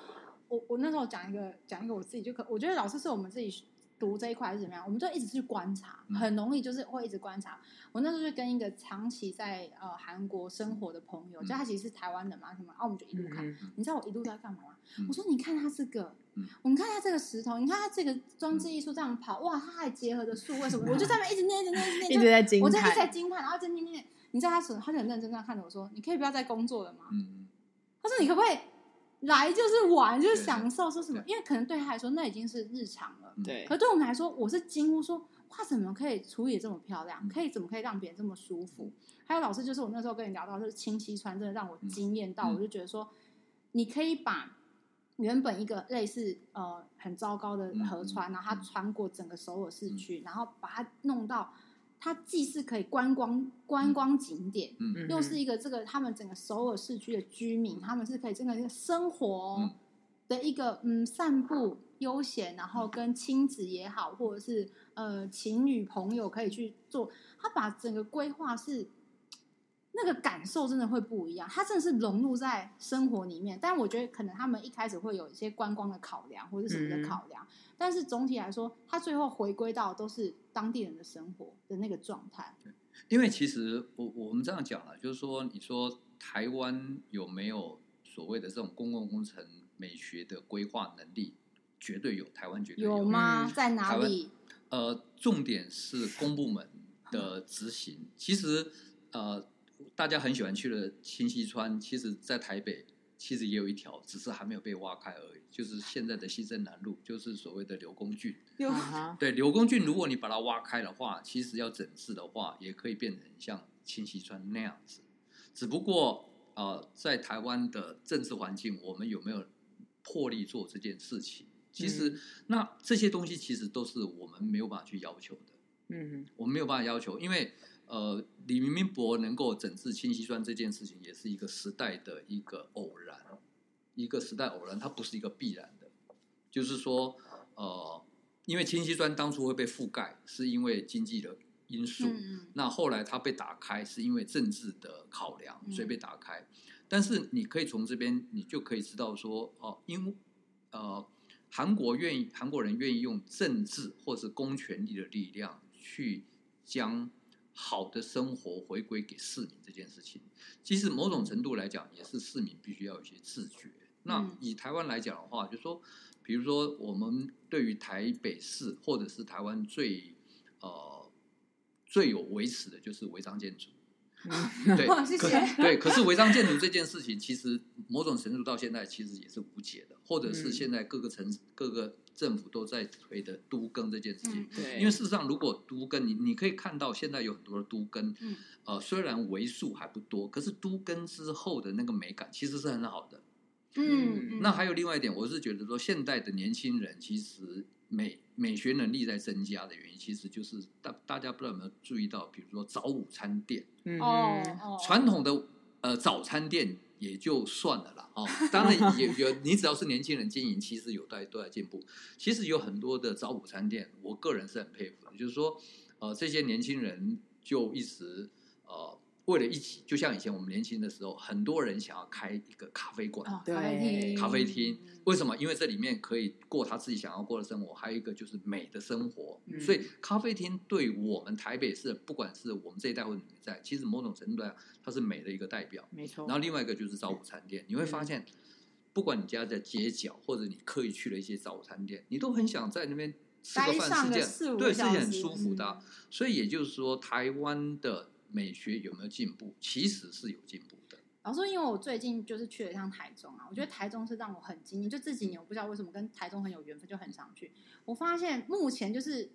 Speaker 2: 我我那时候讲一个讲一个我自己就可，我觉得老师是我们自己读这一块还是怎么样，我们就一直去观察，
Speaker 3: 嗯
Speaker 2: 很容易就是会一直观察。我那时候就跟一个长期在呃韩国生活的朋友，
Speaker 3: 嗯
Speaker 2: 就他其实是台湾人嘛什么，啊然后我们就一路看，
Speaker 1: 嗯
Speaker 2: 你知道我一路在干嘛吗？
Speaker 3: 嗯
Speaker 2: 我说你看它这个，
Speaker 3: 嗯
Speaker 2: 我们看它这个石头，你看它这个装置艺术这样跑，哇，它还结合着树，为什么？我就在那边一直念，一直念，一直念，
Speaker 1: 一直在惊
Speaker 2: 我在一直在
Speaker 1: 叹，
Speaker 2: 惊叹，然后在念念念。你知道他手，他就很认真这样看着我说：“你可以不要再工作了吗？”
Speaker 3: 嗯，
Speaker 2: 他说：“你可不可以来就是玩，就是享受，说什么？
Speaker 3: 对
Speaker 2: 因为可能对他来说那已经是日常
Speaker 3: 嗯
Speaker 2: 了，
Speaker 1: 对
Speaker 2: 可，对我们来说，我是惊呼说：哇，怎么可以处理得这么漂亮？
Speaker 3: 嗯
Speaker 2: 可以怎么可以让别人这么舒服？还有老师，就是我那时候跟你聊到，就是清溪川真的让我惊艳到，
Speaker 3: 嗯嗯
Speaker 2: 我就觉得说，你可以把原本一个类似呃很糟糕的河川，
Speaker 3: 嗯嗯嗯
Speaker 2: 然后它穿过整个首尔市区，然后把它弄到它既是可以观光观光景点，
Speaker 3: 嗯
Speaker 2: 又是一个这个他们整个首尔市区的居民，他们是可以真的是生活哦、
Speaker 3: 嗯
Speaker 2: 的一个嗯散步悠闲，然后跟亲子也好，或者是呃情侣朋友可以去做，他把整个规划是。那个感受真的会不一样，它真的是融入在生活里面。但我觉得可能他们一开始会有一些观光的考量或者什么的
Speaker 1: 嗯
Speaker 2: 考量，但是总体来说，它最后回归到都是当地人的生活的那个状态。
Speaker 3: 因为其实我我们这样讲了，就是说，你说台湾有没有所谓的这种公共工程美学的规划能力？绝对有，台湾绝对
Speaker 2: 有吗？
Speaker 1: 嗯
Speaker 2: 在哪
Speaker 3: 台湾
Speaker 2: 里？
Speaker 3: 呃，重点是公部门的执行。其实，呃，大家很喜欢去的清溪川，其实在台北其实也有一条，只是还没有被挖开而已。就是现在的西镇南路，就是所谓的刘公郡。 <laughs>
Speaker 2: 有
Speaker 1: 啊
Speaker 2: <laughs>
Speaker 1: 哈
Speaker 3: 对，刘公郡，如果你把它挖开的话，其实要整治的话，也可以变成像清溪川那样子。只不过，呃，在台湾的政治环境，我们有没有魄力做这件事情？其实，那这些东西其实都是我们没有办法去要求的。
Speaker 1: 嗯
Speaker 3: 我们没有办法要求，因为呃，李明明博能够整治清溪川这件事情，也是一个时代的一个偶然，一个时代偶然，它不是一个必然的。就是说，呃，因为清溪川当初会被覆盖，是因为经济的因素。
Speaker 2: 嗯
Speaker 3: 那后来它被打开，是因为政治的考量，
Speaker 2: 嗯
Speaker 3: 所以被打开。但是你可以从这边，你就可以知道说，哦、因呃，韩国愿意，韩国人愿意用政治或是公权力的力量去将好的生活回归给市民这件事情，其实某种程度来讲，也是市民必须要有一些自觉。那
Speaker 2: 嗯
Speaker 3: 以台湾来讲的话，就说，比如说我们对于台北市或者是台湾最呃最有维持的就是违章建筑，对，
Speaker 2: 嗯 <laughs> 哇谢谢
Speaker 3: 可是对，可是违章建筑这件事情，其实某种程度到现在其实也是无解的，或者是
Speaker 1: 嗯
Speaker 3: 现在各个城、各个政府都在推的都更这件事情
Speaker 2: 嗯。
Speaker 1: 哼，对，
Speaker 3: 因为事实上，如果都更，你你可以看到现在有很多的都更，
Speaker 2: 嗯
Speaker 3: 呃，虽然为数还不多，可是都更之后的那个美感其实是很好的。
Speaker 2: 嗯，
Speaker 3: 那还有另外一点，我是觉得说，现代的年轻人其实美美学能力在增加的原因，其实就是大大家不知道有没有注意到，比如说早午餐店，
Speaker 1: 嗯
Speaker 2: 哦
Speaker 1: 哼
Speaker 2: 哦，
Speaker 3: 传统的呃早餐店也就算了啦，
Speaker 2: <laughs>
Speaker 3: 哦，当然也有，你只要是年轻人经营，其实有在都在进步。其实有很多的早午餐店，我个人是很佩服的，就是说，呃，这些年轻人就一直呃。为了一起，就像以前我们年轻的时候，很多人想要开一个咖啡馆，
Speaker 2: 哦
Speaker 1: 对
Speaker 2: 咖啡厅，
Speaker 3: 咖啡厅。为什么？因为这里面可以过他自己想要过的生活，还有一个就是美的生活。
Speaker 1: 嗯
Speaker 3: 所以咖啡厅对我们台北市，不管是我们这一代或者你们在，其实某种程度上它是美的一个代表。
Speaker 1: 没错，
Speaker 3: 然后另外一个就是早午餐店，你会发现，不管你家在街角，或者你刻意去了一些早午餐店，你都很想在那边吃
Speaker 2: 待
Speaker 3: 个饭，
Speaker 2: 上
Speaker 3: 是
Speaker 2: 个
Speaker 3: 件
Speaker 2: 四五
Speaker 3: 对，
Speaker 2: 个
Speaker 3: 是
Speaker 2: 小
Speaker 3: 件很
Speaker 2: 时
Speaker 3: 舒服的啊、
Speaker 2: 嗯
Speaker 3: 所以也就是说，台湾的美学有没有进步？其实是有进步的。
Speaker 2: 然后说，因为我最近就是去了一趟台中啊，我觉得台中是让我很惊艳。就这几年，我不知道为什么跟台中很有缘分，就很常去。我发现目前就是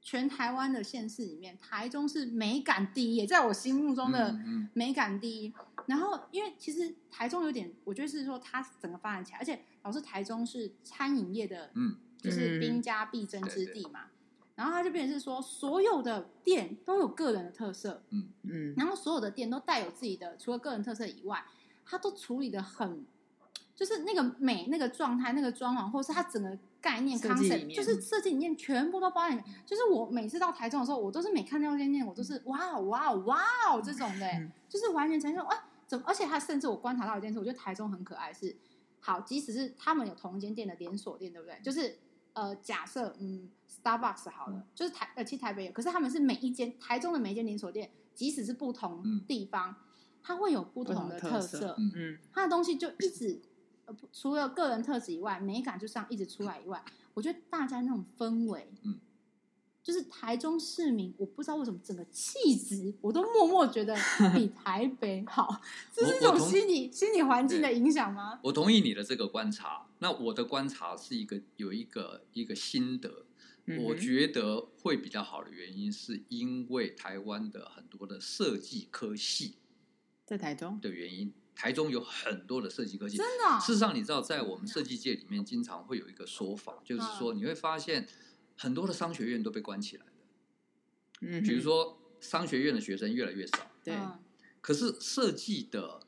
Speaker 2: 全台湾的县市里面，台中是美感第一耶，在我心目中的
Speaker 3: 嗯嗯
Speaker 2: 美感第一。然后，因为其实台中有点，我觉得是说它整个发展起来，而且老师台中是餐饮业的
Speaker 3: 嗯，
Speaker 2: 就是
Speaker 1: 嗯
Speaker 2: 兵家必争之
Speaker 3: 对对
Speaker 2: 地嘛。然后它就变成是说，所有的店都有个人的特色，
Speaker 1: 嗯
Speaker 2: 然后所有的店都带有自己的，除了个人特色以外，它都处理的很，就是那个美、那个状态、那个装潢，或是它整个概念
Speaker 1: 设计理
Speaker 2: concept，
Speaker 1: 念
Speaker 2: 就是设计理念全部都包含。就是我每次到台中的时候，我都是每看到这间店，我都是哇哦哇哦哇哦这种的、
Speaker 1: 嗯
Speaker 2: 就是完全呈现啊，怎么？而且还甚至我观察到一件事，我觉得台中很可爱是，好，即使是他们有同一间店的连锁店，对不对？就是呃，假设嗯，Starbucks 好了，就是台呃，其实台北有，可是他们是每一间台中的每一间连锁店，即使是不同
Speaker 3: 嗯
Speaker 2: 地方，它会有不同的
Speaker 1: 不同特色
Speaker 2: 色，
Speaker 3: 嗯
Speaker 1: 嗯
Speaker 2: 它的东西就一直呃，不除了个人特质以外，美感就这样一直出来以外，我觉得大家那种氛围，
Speaker 3: 嗯，
Speaker 2: 就是台中市民，我不知道为什么整个气质，我都默默觉得
Speaker 3: <laughs>
Speaker 2: 比台北好，这是一
Speaker 3: 我
Speaker 2: 种
Speaker 3: 我同
Speaker 2: 心理心理环境的影响吗？
Speaker 3: 我同意你的这个观察。那我的观察是一个有一个一个心得，
Speaker 1: 嗯哼
Speaker 3: 我觉得会比较好的原因，是因为台湾的很多的设计科系
Speaker 1: 在台中，
Speaker 3: 的原因，台中有很多的设计科系。
Speaker 2: 真的哦、
Speaker 3: 事实上，你知道，在我们设计界里面，经常会有一个说法，就是说你会发现很多的商学院都被关起来了，
Speaker 1: 嗯哼，
Speaker 3: 比如说商学院的学生越来越少。
Speaker 1: 对，
Speaker 2: 嗯
Speaker 3: 可是设计的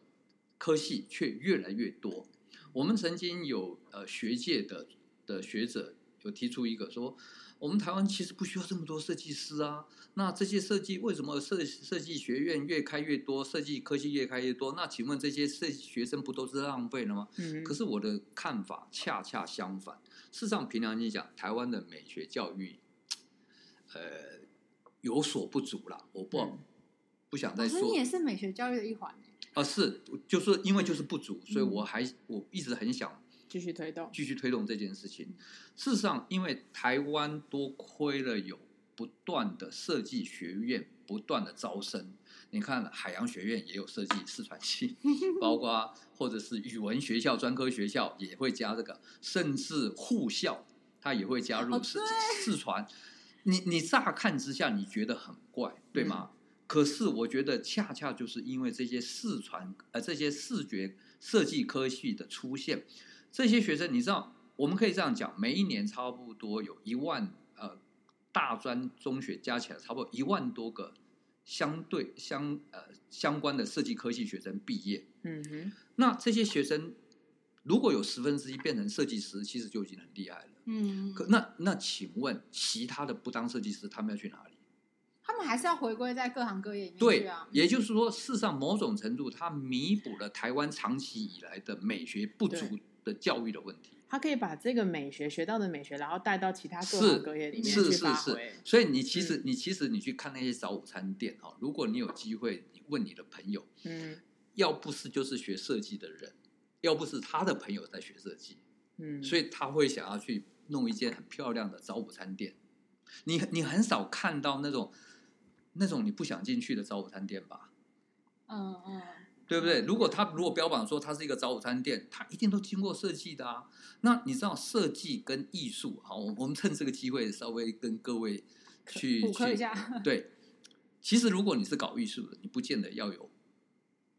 Speaker 3: 科系却越来越多。我们曾经有呃学界的的学者有提出一个说，我们台湾其实不需要这么多设计师啊。那这些设计为什么设设计学院越开越多，设计科系越开越多？那请问这些设计学生不都是浪费了吗？
Speaker 1: 嗯
Speaker 3: 可是我的看法恰恰相反。事实上，凭良心讲，台湾的美学教育，呃，有所不足啦。我不、
Speaker 1: 嗯
Speaker 3: 不想
Speaker 2: 可
Speaker 3: 再
Speaker 2: 是
Speaker 3: 说
Speaker 2: 你也是美学教育的一环欸，
Speaker 3: 啊，是就是因为就是不足，所以我还我一直很想
Speaker 1: 继续推动。
Speaker 3: 继续推动这件事情。事实上，因为台湾多亏了有不断的设计学院不断的招生，你看海洋学院也有设计四川系，包括或者是语文学校、专科学校也会加这个，甚至护校它也会加入
Speaker 2: 哦
Speaker 3: 四四川。你你乍看之下你觉得很怪，对吗？可是我觉得恰恰就是因为这些视传呃这些视觉设计科系的出现，这些学生你知道，我们可以这样讲，每一年差不多有一万呃大专中学加起来差不多一万多个相对相呃相关的设计科系学生毕业。
Speaker 1: 嗯哼，
Speaker 3: 那这些学生如果有十分之一变成设计师，其实就已经很厉害了。
Speaker 2: 嗯，
Speaker 3: 可那那请问其他的不当设计师，他们要去哪里？
Speaker 2: 他们还是要回归在各行各业里面去
Speaker 3: 对
Speaker 2: 啊，，
Speaker 3: 也就是说，事实上某种程度，它弥补了台湾长期以来的美学不足的教育的问题。
Speaker 1: 他可以把这个美学学到的美学，然后带到其他各
Speaker 3: 是
Speaker 1: 行各业里面
Speaker 3: 是
Speaker 1: 去
Speaker 3: 是
Speaker 1: 发
Speaker 3: 是
Speaker 1: 挥。，嗯
Speaker 3: 所以你其实、你其实你去看那些早午餐店哈，如果你有机会，你问你的朋友，
Speaker 1: 嗯
Speaker 3: 要不是就是学设计的人，要不是他的朋友在学设计，
Speaker 1: 嗯，
Speaker 3: 所
Speaker 1: 以
Speaker 3: 以他会想要去弄一间很漂亮的早午餐店。你你很少看到那种那种你不想进去的早午餐店吧？
Speaker 2: 嗯嗯，
Speaker 3: 对不对？如果他如果标榜说它是一个早午餐店，它一定都经过设计的啊。那你知道设计跟艺术，好，我我们趁这个机会稍微跟各位去
Speaker 2: 补课
Speaker 3: 去
Speaker 2: 一下，
Speaker 3: 对，其实如果你是搞艺术的，你不见得要有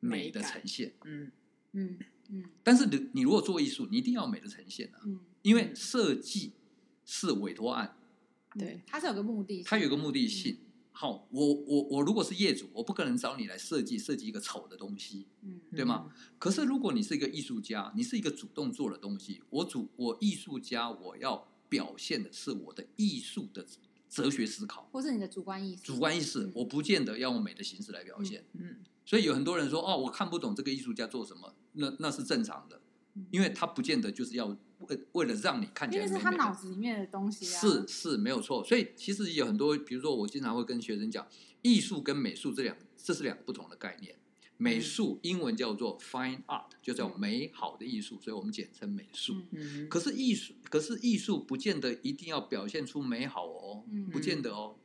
Speaker 3: 美的
Speaker 1: 美感
Speaker 3: 呈现，
Speaker 1: 嗯
Speaker 2: 嗯嗯
Speaker 3: 但是你你如果做艺术，你一定要有美的呈现啊，
Speaker 2: 嗯，
Speaker 3: 因为设计是委托案，
Speaker 1: 对，
Speaker 2: 他是有个目的性，嗯
Speaker 3: 它有一个目的性。好，我我我如果是业主，我不可能找你来设计设计一个丑的东西，
Speaker 2: 嗯，
Speaker 1: 嗯
Speaker 3: 对吗？可是如果你是一个艺术家，你是一个主动做的东西，我主我艺术家，我要表现的是我的艺术的哲学思考、
Speaker 2: 或是你的主观意识，
Speaker 3: 主观意识，我不见得要用美的形式来表现。
Speaker 1: 嗯
Speaker 3: 所以有很多人说哦，我看不懂这个艺术家做什么，那那是正常的
Speaker 2: 嗯，
Speaker 3: 因为他不见得就是要为为了让你看起
Speaker 2: 因
Speaker 3: 来
Speaker 2: 为
Speaker 3: 美
Speaker 2: 是
Speaker 3: 美
Speaker 2: 他脑
Speaker 3: 的。
Speaker 2: 子里面的东西啊，
Speaker 3: 是是没有错，所以其实有很多，比如说我经常会跟学生讲，艺术跟美术这两这是两个不同的概念。美术英文叫做 fine art，就叫
Speaker 2: 嗯
Speaker 3: 美好的艺术，所以我们简称美术。
Speaker 2: 嗯
Speaker 1: 嗯哼，
Speaker 3: 可是艺术，可是艺术不见得一定要表现出美好哦，
Speaker 2: 嗯
Speaker 3: 不见得哦。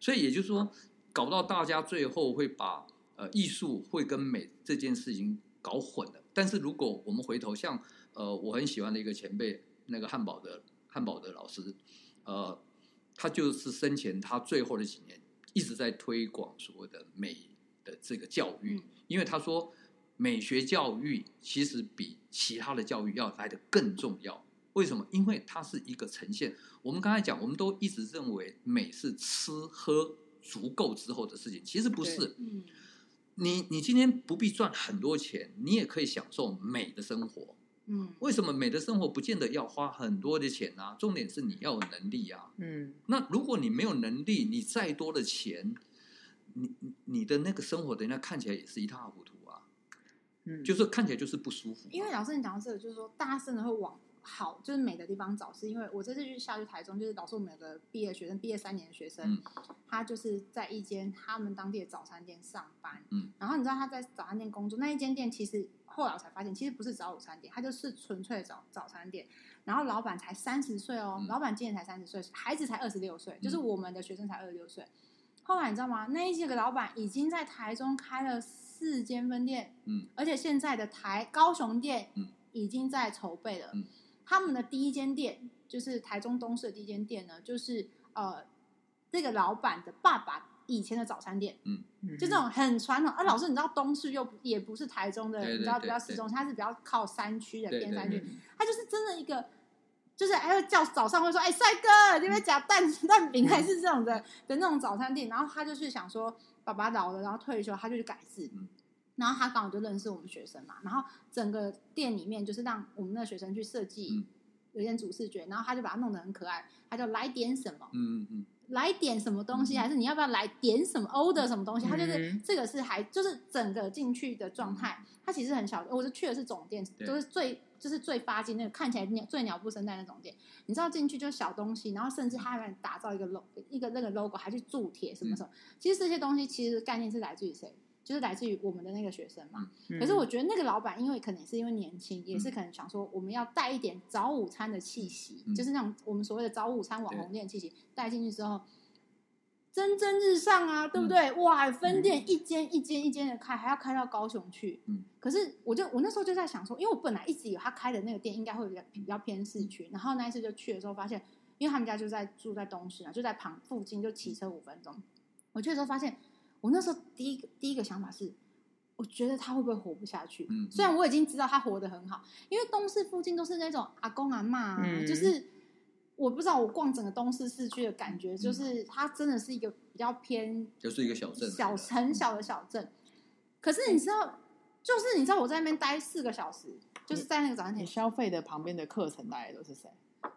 Speaker 3: 所以也就是说，搞到大家最后会把呃艺术会跟美这件事情搞混了。但是如果我们回头，像呃我很喜欢的一个前辈，那个汉堡的汉堡的老师，呃，他就是生前他最后的几年一直在推广所谓的美的这个教育，
Speaker 2: 嗯
Speaker 3: 因为他说美学教育其实比其他的教育要来得更重要。为什么？因为它是一个呈现。我们刚才讲，我们都一直认为美是吃喝足够之后的事情，其实不是。
Speaker 2: 嗯
Speaker 3: 你你今天不必赚很多钱，你也可以享受美的生活。
Speaker 2: 嗯，
Speaker 3: 为什么美的生活不见得要花很多的钱啊？重点是你要有能力啊。
Speaker 1: 嗯
Speaker 3: 那如果你没有能力，你再多的钱，你你你的那个生活，人家看起来也是一塌糊涂啊，
Speaker 1: 嗯，
Speaker 3: 就是看起来就是不舒服啊、
Speaker 2: 因为老师你讲到这个，就是说大家真的会往好，就是美的地方找，是因为我这次去下去台中，就是老师我们有个毕业学生，毕业三年的学
Speaker 3: 嗯
Speaker 2: 生，他就是在一间他们当地的早餐店上班，
Speaker 3: 嗯，
Speaker 2: 然后你知道他在早餐店工作，那一间店其实后来我才发现，其实不是早午餐店，它就是纯粹的早早餐店，然后老板才三十岁哦，
Speaker 3: 嗯
Speaker 2: 老板今年才三十岁，孩子才二十六岁，就是我们的学生才二十六岁。后来你知道吗？那一些个老板已经在台中开了四间分店，
Speaker 3: 嗯，
Speaker 2: 而且现在的台高雄店，
Speaker 3: 嗯，
Speaker 2: 已经在筹备了。
Speaker 3: 嗯
Speaker 2: 他们的第一间店就是台中东市的第一间店呢，就是呃，这个老板的爸爸以前的早餐
Speaker 3: 嗯
Speaker 2: 店，就这
Speaker 1: 种
Speaker 2: 种很传统。啊，老师，你知道东市又不也不是台中的，
Speaker 3: 对对
Speaker 2: 你知道
Speaker 3: 对
Speaker 2: 比较市中，它是比较靠山区的
Speaker 3: 对
Speaker 2: 偏
Speaker 3: 对
Speaker 2: 山
Speaker 3: 对
Speaker 2: 区，它就是真的一个，就是还会叫早上会说，哎、帅哥，你
Speaker 3: 嗯
Speaker 2: 有没有夹蛋蛋饼，还是这种的的那种早餐店。然后他就是想说，爸爸老了，然后退休，他就去改制。
Speaker 3: 嗯
Speaker 2: 然后他刚好就认识我们学生嘛，然后整个店里面就是让我们那个学生去设计
Speaker 3: 嗯，
Speaker 2: 有点主视觉，然后他就把它弄得很可爱，他就来点什么，
Speaker 3: 嗯嗯嗯，
Speaker 2: 来点什么东西，还是你要不要来点什么 order 什么东西？他就是
Speaker 1: 嗯
Speaker 2: 这个是还就是整个进去的状态，它其实很小。我就去的是总店，
Speaker 3: 对
Speaker 2: 就是最就是最发金那个看起来鸟最鸟不生蛋那种店。你知道进去就是小东西，然后甚至他还打造一个 logo 一个那个 logo，还去铸铁什么什么。其实这些东西其实概念是来自于谁？就是来自于我们的那个学生嘛。可
Speaker 1: 嗯
Speaker 2: 是我
Speaker 3: 嗯
Speaker 2: 觉得那个老板，因为可能也是因为年轻，也是可能想说我们要带一点早午餐的气息，
Speaker 3: 嗯
Speaker 2: 就是那种我们所谓的早午餐网红店的气息带进去之后，蒸蒸日上啊，对不
Speaker 3: 嗯
Speaker 2: 对？哇，分店一间一间一间的开，还要开到高雄去。
Speaker 3: 嗯，
Speaker 2: 可是我就我那时候就在想说，因为我本来一直以为他开的那个店应该会比较比较偏市区，然后那一次就去的时候发现，因为他们家就在住在东市啊，就在旁附近，就
Speaker 3: 嗯
Speaker 2: 骑车五分钟。我去的时候发现，我那时候第一个第一个想法是，我觉得他会不会活不下去？
Speaker 3: 嗯嗯
Speaker 2: 虽然我已经知道他活得很好，因为东市附近都是那种阿公阿妈、啊，
Speaker 1: 嗯
Speaker 2: 就是我不知道我逛整个东市市区的感觉，
Speaker 3: 嗯
Speaker 2: 就是它真的是一个比较偏
Speaker 3: 就是一个小镇来的，
Speaker 2: 小很小的小镇。可
Speaker 1: 嗯
Speaker 2: 是你知道，就是你知道我在那边待四个小时，就是在那个早餐
Speaker 1: 嗯你
Speaker 2: 店
Speaker 1: 消费的旁边的课程大概都是谁？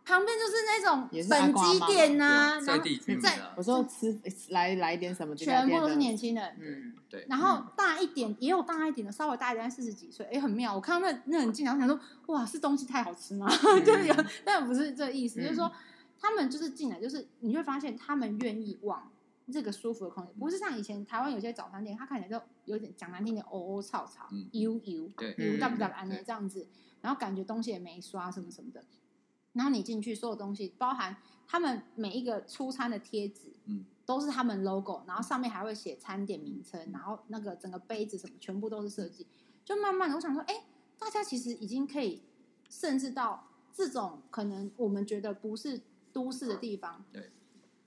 Speaker 2: 旁边，就是那种
Speaker 1: 也是
Speaker 2: 本
Speaker 1: 阿公阿
Speaker 2: 基
Speaker 1: 嬷
Speaker 2: 点
Speaker 3: 对
Speaker 2: 呐、
Speaker 3: 啊在
Speaker 2: 然后
Speaker 3: 地居民
Speaker 2: 在
Speaker 3: 啊
Speaker 1: 我，说吃来来点什么这家
Speaker 2: 全
Speaker 1: 店的？
Speaker 2: 部都是年轻人。
Speaker 1: 嗯，
Speaker 3: 对，
Speaker 2: 然后大一点也有大一点的，稍微大一点，四十几岁，哎，很妙。我看到那那很近，然后想说，哇，是东西太好吃吗？ <laughs> <laughs> 就是有，但不是这意思，
Speaker 1: 嗯
Speaker 2: 就是说他们就是进来，就是你会发现他们愿意往这个舒服的空间，不是像以前台湾有些早餐店，它看起来就有点讲难听点，哦哦吵吵
Speaker 3: 嗯，
Speaker 2: 油油
Speaker 3: 对
Speaker 2: 油
Speaker 1: 嗯
Speaker 2: 大不大安的这样子，然后感觉东西也没刷什么什么的。然后你进去，所有东西包含他们每一个出餐的贴纸，
Speaker 3: 嗯，
Speaker 2: 都是他们 logo，然后上面还会写餐点名称，然后那个整个杯子什么全部都是设计。就慢慢的，我想说，哎、大家其实已经可以，甚至到这种可能我们觉得不是都市的地方，
Speaker 3: 对，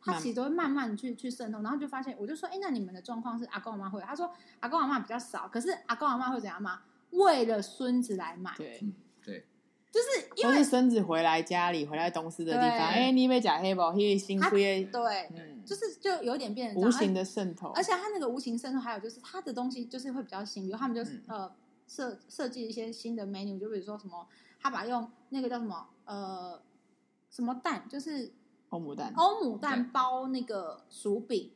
Speaker 2: 他其实都会慢慢去去渗透，然后就发现，我就说，哎、那你们的状况是阿公阿妈会，他说阿公阿妈比较少，可是阿公阿妈会怎样嘛？为了孙子来买，
Speaker 1: 对。
Speaker 3: 嗯，对，
Speaker 2: 就是因
Speaker 1: 或
Speaker 2: 为
Speaker 1: 是孙子回来家里，回来东市的地方，
Speaker 2: 对
Speaker 1: 哎，你被假黑不？嘿，新亏，
Speaker 2: 对，
Speaker 1: 嗯，
Speaker 2: 就是就有点变成这
Speaker 1: 无
Speaker 2: 样
Speaker 1: 形的渗透，
Speaker 2: 而且它那个无形渗透，还有就是它的东西就是会比较新，比如他们就是、
Speaker 1: 嗯
Speaker 2: 呃设设计一些新的 menu，就比如说什么，他把用那个叫什么呃什么蛋，就是
Speaker 1: 欧姆蛋，
Speaker 2: 欧姆蛋包那个薯饼，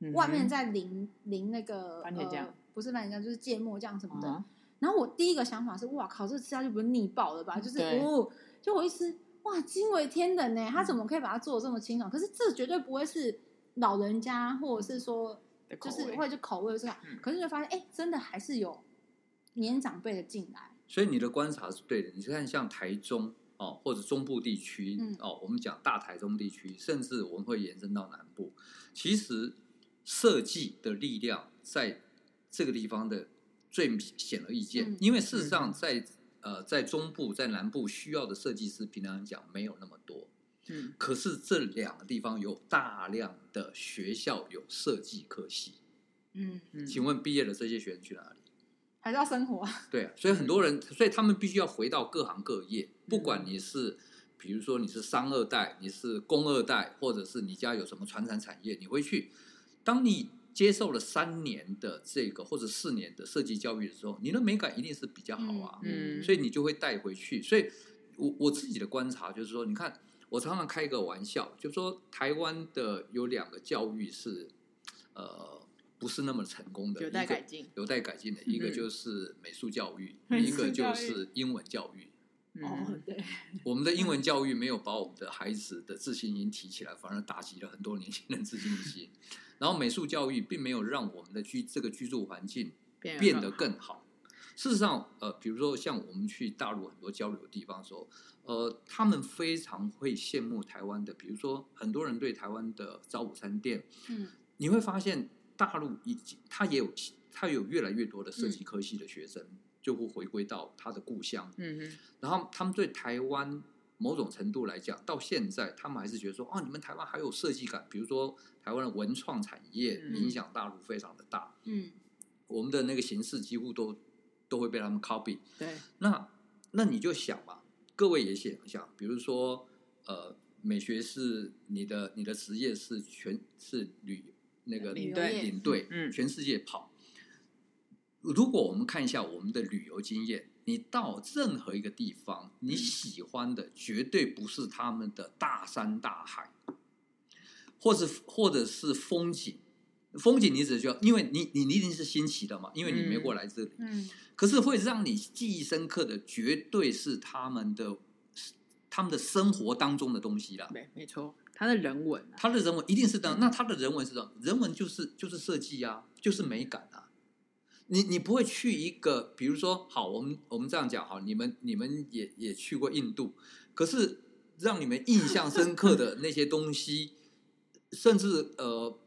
Speaker 1: 嗯
Speaker 2: 外面再淋淋那个
Speaker 1: 番茄酱
Speaker 2: 呃，不是番茄酱就是芥末酱什么的。
Speaker 1: 嗯
Speaker 2: 然后我第一个想法是，哇靠，这吃下去不是腻爆了吧？就是
Speaker 1: 对
Speaker 2: 哦，就我一吃，哇，惊为天人呢！他怎么可以把它做的这么清爽？可是这绝对不会是老人家，或者是说
Speaker 1: 的口
Speaker 2: 就
Speaker 1: 味
Speaker 2: 是会就口味这样。
Speaker 1: 嗯
Speaker 2: 可是就发现，哎、真的还是有年长辈的进来，
Speaker 3: 所以你的观察是对的。你看，像台中哦，或者中部地区、
Speaker 2: 嗯
Speaker 3: 哦，我们讲大台中地区，甚至我们会延伸到南部。其实设计的力量在这个地方的最显而易见，
Speaker 2: 嗯
Speaker 3: 因为事实上在呃在中部在南部需要的设计师，平常讲没有那么多。
Speaker 1: 嗯
Speaker 3: 可是这两个地方有大量的学校有设计科系，
Speaker 2: 嗯，
Speaker 1: 嗯
Speaker 3: 请问毕业的这些学生去哪里？
Speaker 2: 还是要生活。
Speaker 3: 对啊，所以很多人，所以他们必须要回到各行各业，不管你是，比如说你是商二代，你是工二代，或者是你家有什么传产产业，你会去。当你接受了三年的这个或者四年的设计教育的时候，你的美感一定是比较好啊，
Speaker 1: 嗯，
Speaker 3: 所以你就会带回去。所以我我自己的观察就是说，你看，我常常开一个玩笑，就说台湾的有两个教育是，呃，不是那么成功的，
Speaker 1: 有待
Speaker 3: 一个
Speaker 1: 改进，
Speaker 3: 有待改进的，一个
Speaker 1: 嗯
Speaker 3: 就是美术教育，
Speaker 1: 美
Speaker 3: 一
Speaker 1: 术
Speaker 3: 个就
Speaker 1: 教育
Speaker 3: 是英文教育。
Speaker 1: 嗯，
Speaker 2: 哦对，
Speaker 3: 我们的英文教育没有把我们的孩子的自信心提起来，反而打击了很多年轻人自信心。 <laughs> 然后美术教育并没有让我们的居这个居住环境变得更好。事实上，呃，比如说像我们去大陆很多交流的地方的时候，呃，他们非常会羡慕台湾的，比如说很多人对台湾的早午餐店
Speaker 2: <laughs> 嗯
Speaker 3: 你会发现大陆已经它也有其它有越来越多的设计科系的学生、就会回归到他的故乡，
Speaker 1: 嗯哼，
Speaker 3: 然后他们对台湾某种程度来讲，到现在他们还是觉得说，哦，你们台湾还有设计感，比如说台湾的文创产业
Speaker 1: 嗯
Speaker 3: 影响大陆非常的大，
Speaker 2: 嗯，
Speaker 3: 我们的那个形式几乎都都会被他们 copy，
Speaker 1: 对，
Speaker 3: 那那你就想嘛，各位也想一想，比如说呃，美学是你的你的职业是全是旅那个
Speaker 1: 领
Speaker 2: 队
Speaker 3: 领队，
Speaker 1: 嗯
Speaker 3: 全世界跑。如果我们看一下我们的旅游经验，你到任何一个地方，你喜欢的绝对不是他们的大山大海。或是或者是风景。风景你只需要，因为你你你一定是新奇的嘛，因为你没过来这里。
Speaker 2: 嗯，
Speaker 3: 可是会让你记忆深刻的，绝对是他们的他们的生活当中的东西啦。
Speaker 1: 没没错，他的人文啊，
Speaker 3: 他的人文一定是这样，那他的人文是这样，人文就是就是设计啊，就是美感啊。你你不会去一个，比如说，好，我们我们这样讲，好，你们你们也也去过印度，可是让你们印象深刻的那些东西，甚至呃，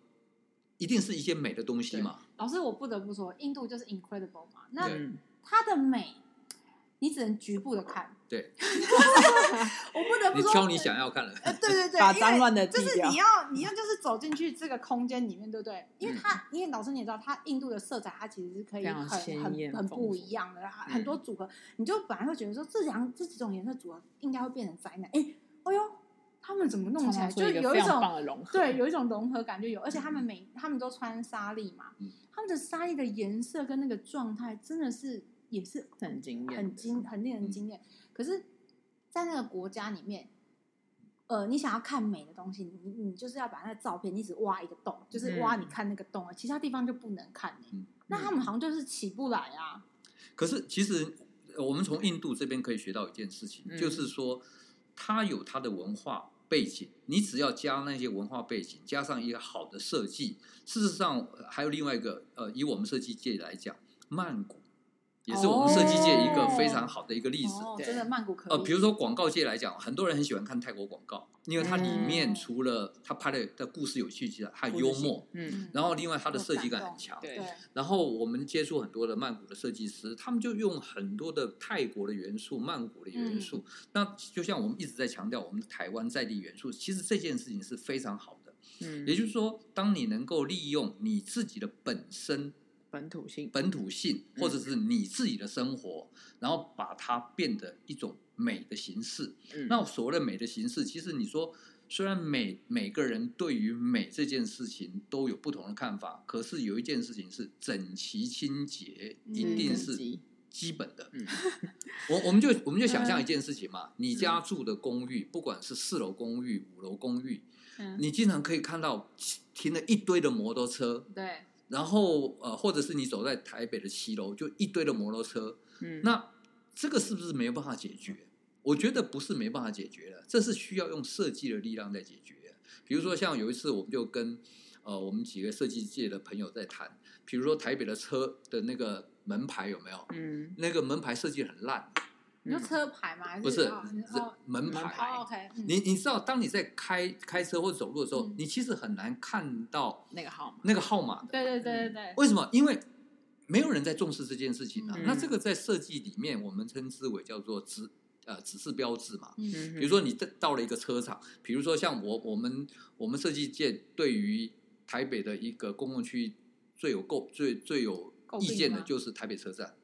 Speaker 3: 一定是一些美的东西嘛。
Speaker 2: 老师，我不得不说，印度就是 incredible 嘛，那
Speaker 3: 对
Speaker 1: 嗯，
Speaker 2: 它的美，你只能局部的看。
Speaker 3: 对，
Speaker 2: <laughs> 我不得不
Speaker 3: 你
Speaker 2: 说，
Speaker 3: 挑你想要看的，
Speaker 2: 呃，对对对，
Speaker 1: 把
Speaker 2: 因为
Speaker 1: 脏乱的
Speaker 2: 就
Speaker 1: 剃
Speaker 2: 是
Speaker 1: 掉
Speaker 2: 你要你要就是走进去这个空间里面，对不对？因为
Speaker 3: 嗯
Speaker 2: 它，因为老师你也知道，它印度的色彩它其实是可以
Speaker 1: 非
Speaker 2: 很
Speaker 1: 常鲜
Speaker 2: 很
Speaker 1: 艳
Speaker 2: 很
Speaker 1: 丰
Speaker 2: 不
Speaker 1: 富嗯
Speaker 2: 一样的，很多组合，你就本来会觉得说这两这几种颜色组合应该会变成灾难，哎，哎呦，他们怎么弄起来
Speaker 1: 创造出
Speaker 2: 就
Speaker 1: 一个
Speaker 2: 有
Speaker 1: 非
Speaker 2: 一
Speaker 1: 常
Speaker 2: 种
Speaker 1: 棒嗯的融合，
Speaker 2: 对，有一种融合感就有，而且他们每他们都穿纱丽嘛
Speaker 3: 嗯，
Speaker 2: 他们的纱丽的颜色跟那个状态真的是也是
Speaker 1: 这很惊艳，
Speaker 2: 很惊，很令
Speaker 3: 嗯
Speaker 2: 人惊艳。可是，在那个国家里面，呃，你想要看美的东西，你你就是要把那照片，你只挖一个洞，就是挖
Speaker 1: 嗯
Speaker 2: 你看那个洞，啊其他地方就不能看、欸
Speaker 3: 嗯
Speaker 2: 那他们好像就是起不来啊。
Speaker 3: 可是其实呃我们从印度这边可以学到一件事情，
Speaker 1: 嗯
Speaker 3: 就是说它有它的文化背景，你只要加那些文化背景，加上一个好的设计，事实上呃还有另外一个呃，以我们设计界来讲，曼谷也是我们设计界一个非常好的一个例子。
Speaker 2: 哦，
Speaker 1: 对
Speaker 2: 真的曼谷可以。
Speaker 3: 呃，比如说广告界来讲，很多人很喜欢看泰国广告，因为它里面
Speaker 2: 嗯
Speaker 3: 除了它拍的的故事有趣之外，还有
Speaker 1: 故
Speaker 3: 幽
Speaker 1: 事性
Speaker 3: 默，
Speaker 1: 嗯，
Speaker 3: 然后另外它的设计
Speaker 2: 有感
Speaker 3: 感
Speaker 2: 动
Speaker 3: 很强。
Speaker 1: 对
Speaker 2: 对，
Speaker 3: 然后我们接触很多的曼谷的设计师，他们就用很多的泰国的元素、曼谷的元素。那就像我们一直在强调我们的台湾在地元素，其实这件事情是非常好的。
Speaker 1: 嗯，
Speaker 3: 也就是说，当你能够利用你自己的本身
Speaker 1: 本土性，
Speaker 3: 本土性，
Speaker 1: 嗯
Speaker 3: 或者是你自己的生活，然后把它变得一种美的形式。
Speaker 1: 嗯
Speaker 3: 那所谓的美的形式，其实你说，虽然每每个人对于美这件事情都有不同的看法，可是有一件事情是整齐清洁，
Speaker 2: 嗯
Speaker 3: 一定
Speaker 1: 等
Speaker 3: 是
Speaker 1: 级
Speaker 3: 基本的。
Speaker 1: 嗯
Speaker 3: 我我们就我们就想象一件事情嘛，你家住的公寓，不管是四楼公寓、五楼公寓，
Speaker 2: 嗯，
Speaker 3: 你经常可以看到停了一堆的摩托车，
Speaker 2: 对，
Speaker 3: 然后呃，或者是你走在台北的七楼，就一堆的摩托车，
Speaker 1: 嗯，
Speaker 3: 那这个是不是没有办法解决？我觉得不是没办法解决的，这是需要用设计的力量在解决。比如说，像有一次我们就跟呃我们几个设计界的朋友在谈，比如说台北的车的那个门牌有没有？
Speaker 1: 嗯，
Speaker 3: 那个门牌设计很烂，
Speaker 2: 你说车牌吗？还是
Speaker 3: 嗯不是
Speaker 2: 哦
Speaker 3: 这
Speaker 2: 哦
Speaker 3: 门
Speaker 1: 门
Speaker 3: 牌
Speaker 1: 牌。
Speaker 2: 哦，OK，嗯
Speaker 3: 你你知道，当你在开开车或走路的时候，
Speaker 2: 嗯
Speaker 3: 你其实很难看到
Speaker 1: 那个号码，
Speaker 3: 那个号码的。
Speaker 2: 对对对对对，
Speaker 3: 为什么？因为没有人在重视这件事情啊。
Speaker 2: 嗯
Speaker 3: 那这个在设计里面，我们称之为叫做指呃指示标志嘛。
Speaker 2: 嗯，
Speaker 1: 嗯，
Speaker 3: 比如说你到到了一个车厂，比如说像我我们我们设计界对于台北的一个公共区域最有诟最最有
Speaker 2: 诟
Speaker 3: 意
Speaker 2: 病
Speaker 3: 见的
Speaker 2: 吗
Speaker 3: 就是台北车
Speaker 2: <laughs>
Speaker 3: 站。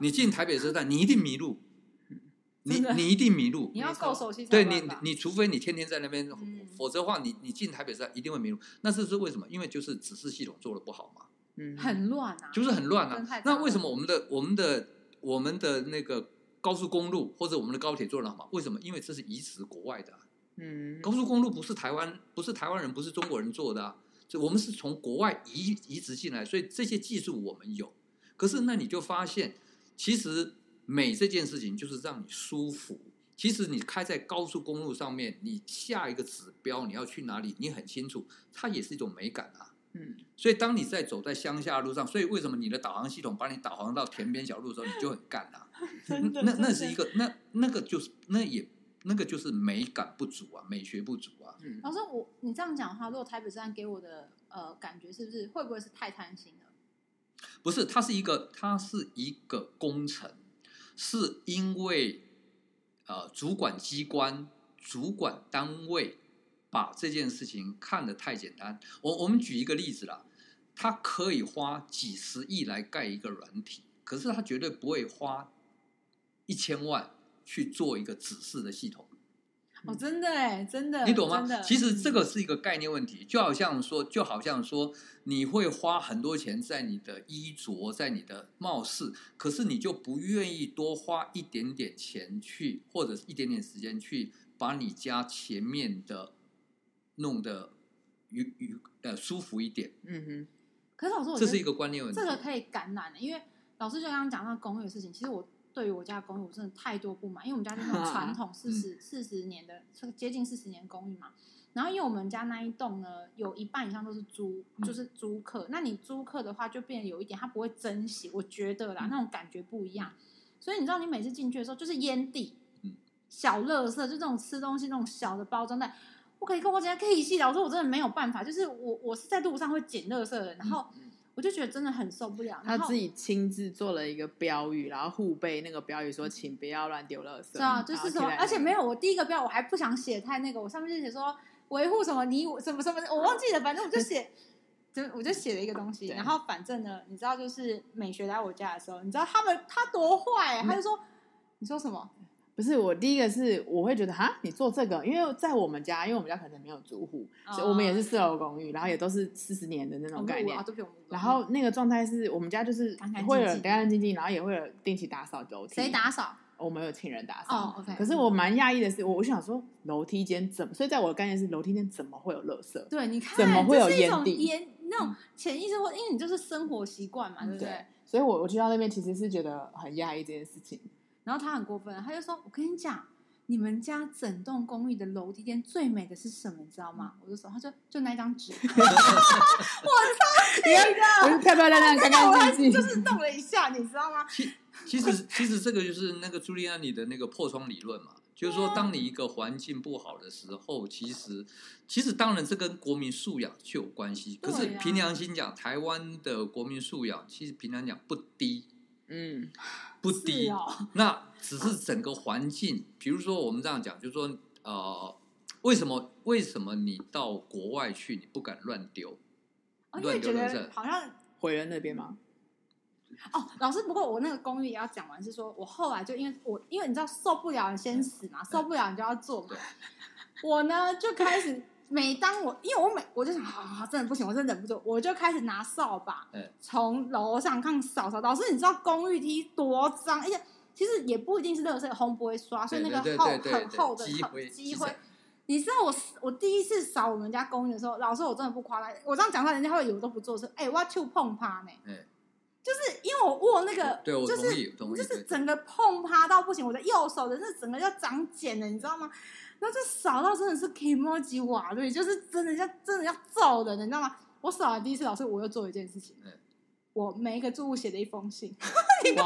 Speaker 3: 你进台北车站，你一定迷路，你
Speaker 2: 真的
Speaker 3: 你一定迷路
Speaker 2: 你。要够熟悉才
Speaker 3: 对
Speaker 2: 有
Speaker 3: 你
Speaker 2: 办，法
Speaker 3: 你除非你天天在那边，
Speaker 2: 嗯
Speaker 3: 否则的话，你你进台北车站一定会迷路。那这是为什么？因为就是指示系统做的不好嘛。
Speaker 1: 嗯
Speaker 2: 很乱啊，
Speaker 3: 就是很乱
Speaker 2: 真太
Speaker 3: 啊。
Speaker 2: 糟了
Speaker 3: 那为什么我们的我们的我们的那个高速公路或者我们的高铁做得好吗？为什么？因为这是移植国外的啊、
Speaker 1: 嗯
Speaker 3: 高速公路不是台湾，不是台湾人，不是中国人做的啊。所以我们是从国外移移植进来，所以这些技术我们有。可是那你就发现，其实美这件事情就是让你舒服。其实你开在高速公路上面，你下一个指标你要去哪里，你很清楚，它也是一种美感啊。
Speaker 1: 嗯
Speaker 3: 所以当你在走在乡下路上，所以为什么你的导航系统把你导航到田边小路的时候，你就很干啊？那那那是一个那那个就是那也那个就是美感不足啊，美学不足啊。
Speaker 1: 嗯
Speaker 2: 老师，我你这样讲的话，如果台北站给我的呃感觉是不是会不会是太贪心了？
Speaker 3: 不是，它是一个它是一个工程，是因为呃主管机关、主管单位把这件事情看得太简单。我我们举一个例子啦，他可以花几十亿来盖一个软体，可是他绝对不会花一千万去做一个指示的系统。
Speaker 2: 哦，真的哎，真的，
Speaker 3: 嗯你懂吗
Speaker 2: 真的？
Speaker 3: 其实这个是一个概念问题，就好像说，就好像说，你会花很多钱在你的衣着，在你的貌似，可是你就不愿意多花一点点钱去，或者是一点点时间去把你家前面的弄得愉愉呃舒服一点，
Speaker 1: 嗯
Speaker 2: 可是老师，我觉
Speaker 3: 这
Speaker 2: 得
Speaker 3: 是一个观念问题。
Speaker 2: 这个可以感染的、欸因为老师就刚刚讲到公寓的事情，其实我对于我家的公寓我真的太多不满，因为我们家是那种传
Speaker 3: <laughs>
Speaker 2: 统
Speaker 3: 嗯
Speaker 2: 四十四十年的，这个接近四十年公寓嘛。然后因为我们家那一栋呢，有一半以上都是租，
Speaker 3: 嗯
Speaker 2: 就是租客。那你租客的话，就变得有一点，他不会珍惜，我觉得啦，
Speaker 3: 嗯
Speaker 2: 那种感觉不一样。所以你知道，你每次进去的时候就是烟蒂，
Speaker 3: 嗯
Speaker 2: 小垃圾，就这种吃东西那种小的包装袋。我可以跟我讲 K 系的，我说我真的没有办法，就是我我是在路上会捡垃圾的人，然后
Speaker 3: 嗯
Speaker 2: 我就觉得真的很受不了。
Speaker 1: 哼，
Speaker 2: 然
Speaker 1: 他
Speaker 2: 后
Speaker 1: 自己亲自做了一个标语，然后互背那个标语说：“请不要乱丢垃圾。”
Speaker 2: 对啊，就是什么，而且没
Speaker 1: 有
Speaker 2: 有我第一个标我还不想写太那个，我上面就写说维护什么你我什么什么，我忘记了，反正我就写，就我就写了一个东西。
Speaker 1: 对
Speaker 2: 然后反正呢，你知道就是美学来我家的时候，你知道他们他多坏、啊他就说
Speaker 1: 嗯
Speaker 2: 你说什么？
Speaker 1: 不是我第一个是我会觉得哈，你做这个，因为在我们家，因为我们家可能没有租户，所以我们
Speaker 2: 哦
Speaker 1: 也是四楼公寓，然后也都是四十年的那种
Speaker 2: 我们
Speaker 1: 概
Speaker 2: 五楼
Speaker 1: 念
Speaker 2: 啊，。对不起，我们五楼
Speaker 1: 然后那个状态是我们家就是
Speaker 2: 干干净净
Speaker 1: 会有人干干净净，然后也会有定期打扫楼梯。
Speaker 2: 谁？打扫？
Speaker 1: 哦我们有请人打扫。
Speaker 2: 哦，OK，
Speaker 1: 可是我蛮讶异的是，我我想说楼梯间怎么？所以在我的概念是楼梯间怎么会有垃圾？
Speaker 2: 对，你看
Speaker 1: 怎么会有
Speaker 2: 这是一
Speaker 1: 烟
Speaker 2: 种
Speaker 1: 蒂嗯
Speaker 2: 烟那种潜意识或因为你就是生活习惯嘛，对不对
Speaker 1: 对？所以我我去到那边其实是觉得很讶异这件事情。
Speaker 2: 然后他很过分，他就说：“我跟你讲，你们家整栋公寓的楼梯间最美的是什么，你知道
Speaker 1: 嗯
Speaker 2: 吗？”我就说：“他就就那一
Speaker 1: <laughs>
Speaker 2: 张纸。”
Speaker 1: 你看，我是漂漂亮亮、干
Speaker 2: 那啊 <laughs> 我还
Speaker 1: 干净
Speaker 2: 就
Speaker 1: 净。
Speaker 2: 是动了一下，你知道吗？
Speaker 3: 其其实其实这个就是那个朱利安尼的那个破窗理论嘛，就是说，当你一个环境不好的时候，其实其实当然这跟国民素养是有关系。可是
Speaker 2: 对啊
Speaker 3: 凭良心讲，台湾的国民素养其实平常讲不低，
Speaker 1: 嗯，
Speaker 3: 不低。
Speaker 2: 是哦，
Speaker 3: 那只是整个环境，比如说我们这样讲，就是说呃，为什么为什么你到国外去你不敢乱丢？
Speaker 2: 哦因为
Speaker 3: 乱丢
Speaker 2: 觉
Speaker 3: 人
Speaker 2: 得
Speaker 3: 设
Speaker 2: 好像
Speaker 1: 毁了那边吗？
Speaker 2: 哦，老师，不过我那个公寓也要讲完，是说我后来就因为我因为你知道受不了你先死嘛，受不了你就要做嘛
Speaker 3: 对，
Speaker 2: 我呢就开始。每当我，因为我每我就想，好好好，真的不行，我真的忍不住，我就开始拿扫把
Speaker 3: 嗯，
Speaker 2: 从楼上看扫扫。老师，你知道公寓梯多脏，而且其实也不一定是垃圾，烘不会刷，所以那个
Speaker 3: 对对
Speaker 2: 厚
Speaker 3: 对对
Speaker 2: 很
Speaker 3: 对
Speaker 2: 厚的
Speaker 3: 积
Speaker 2: 很
Speaker 3: 灰
Speaker 2: 积
Speaker 3: 积
Speaker 2: 灰
Speaker 3: 尘，
Speaker 2: 你知道我我第一次扫我们家公寓的时候，老师我真的不夸张，我这样讲出来，人家会以为我都不做事。哎、我要去碰趴呢，
Speaker 3: 哎
Speaker 2: 就是因为我握那个，
Speaker 3: 对我
Speaker 2: 就
Speaker 3: 同
Speaker 2: 是
Speaker 3: 意同意
Speaker 2: 就是
Speaker 3: 对
Speaker 2: 整个碰趴到不行，我的右手的那整个要长茧了，你知道吗？然后就扫到真的是 k i m o j i 瓦瑞，就是真的要真的要揍人，你知道吗？我扫完第一次，老师我又做了一件事情，
Speaker 3: 嗯
Speaker 2: 我每一个住户写了一封信， <laughs>
Speaker 1: 哇，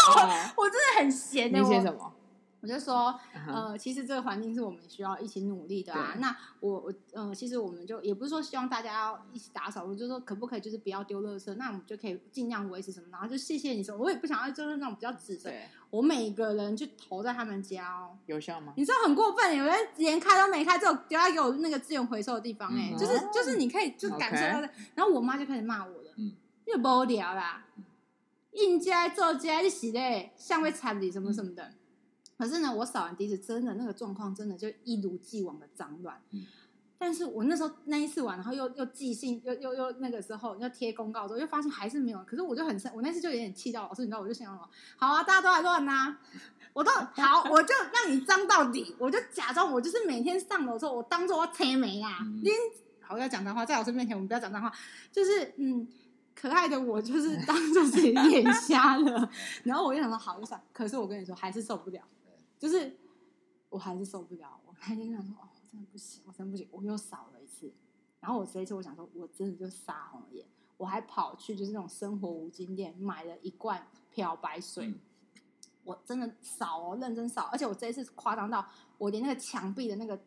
Speaker 2: 我真的很闲
Speaker 1: 你
Speaker 2: 的、
Speaker 1: 写
Speaker 2: 哎我
Speaker 1: 什么？
Speaker 2: 我就说
Speaker 1: 嗯哼
Speaker 2: 呃，其实这个环境是我们需要一起努力的啊。
Speaker 1: 对
Speaker 2: 那我我呃，其实我们就也不是说希望大家要一起打扫，我就说可不可以就是不要丢垃圾，那我们就可以尽量维持什么。然后就谢谢你什么，我也不想要就是那种比较指责，
Speaker 1: 对，
Speaker 2: 我每个人去投在他们家哦。
Speaker 1: 有效吗？
Speaker 2: 你知道很过分，有人连开都没开，就丢在给我那个资源回收的地方、哎、
Speaker 3: 嗯
Speaker 2: 就是就是你可以就感受到的。然后我妈就开始骂我了，
Speaker 3: 嗯
Speaker 2: 因为无聊啦
Speaker 3: 嗯，
Speaker 2: 应家做家你洗嘞，像会惨你什么什么的。可是呢，我扫完第一次，真的那个状况真的就一如既往的脏乱。
Speaker 3: 嗯
Speaker 2: 但是我那时候那一次完，然后又又寄信，又又又那个时候要贴公告之后，又发现还是没有。可是我就很生，我那次就有点气到老师，你知道，我就想了，好啊，大家都来乱呐、我
Speaker 3: <laughs>
Speaker 2: 都好，我就让你脏到底，我就假装我就是每天上楼之后，我当做我催眉啊啦。
Speaker 3: 嗯
Speaker 2: 你好要讲脏话，在老师面前我们不要讲脏话，就是嗯，可爱的我就是 <laughs> 当做自己眼瞎了。然后我就想说好，就想，可是我跟你说还是受不了，就是我还是受不了。我那天就想说哦，我真的不行，我真的不行，我又少了一次。然后我这一次我想说，我真的就杀红了眼，我还跑去就是那种生活五金店买了一罐漂白水。
Speaker 3: 嗯
Speaker 2: 我真的扫哦，认真扫，而且我这一次夸张到我连那个墙壁的那个、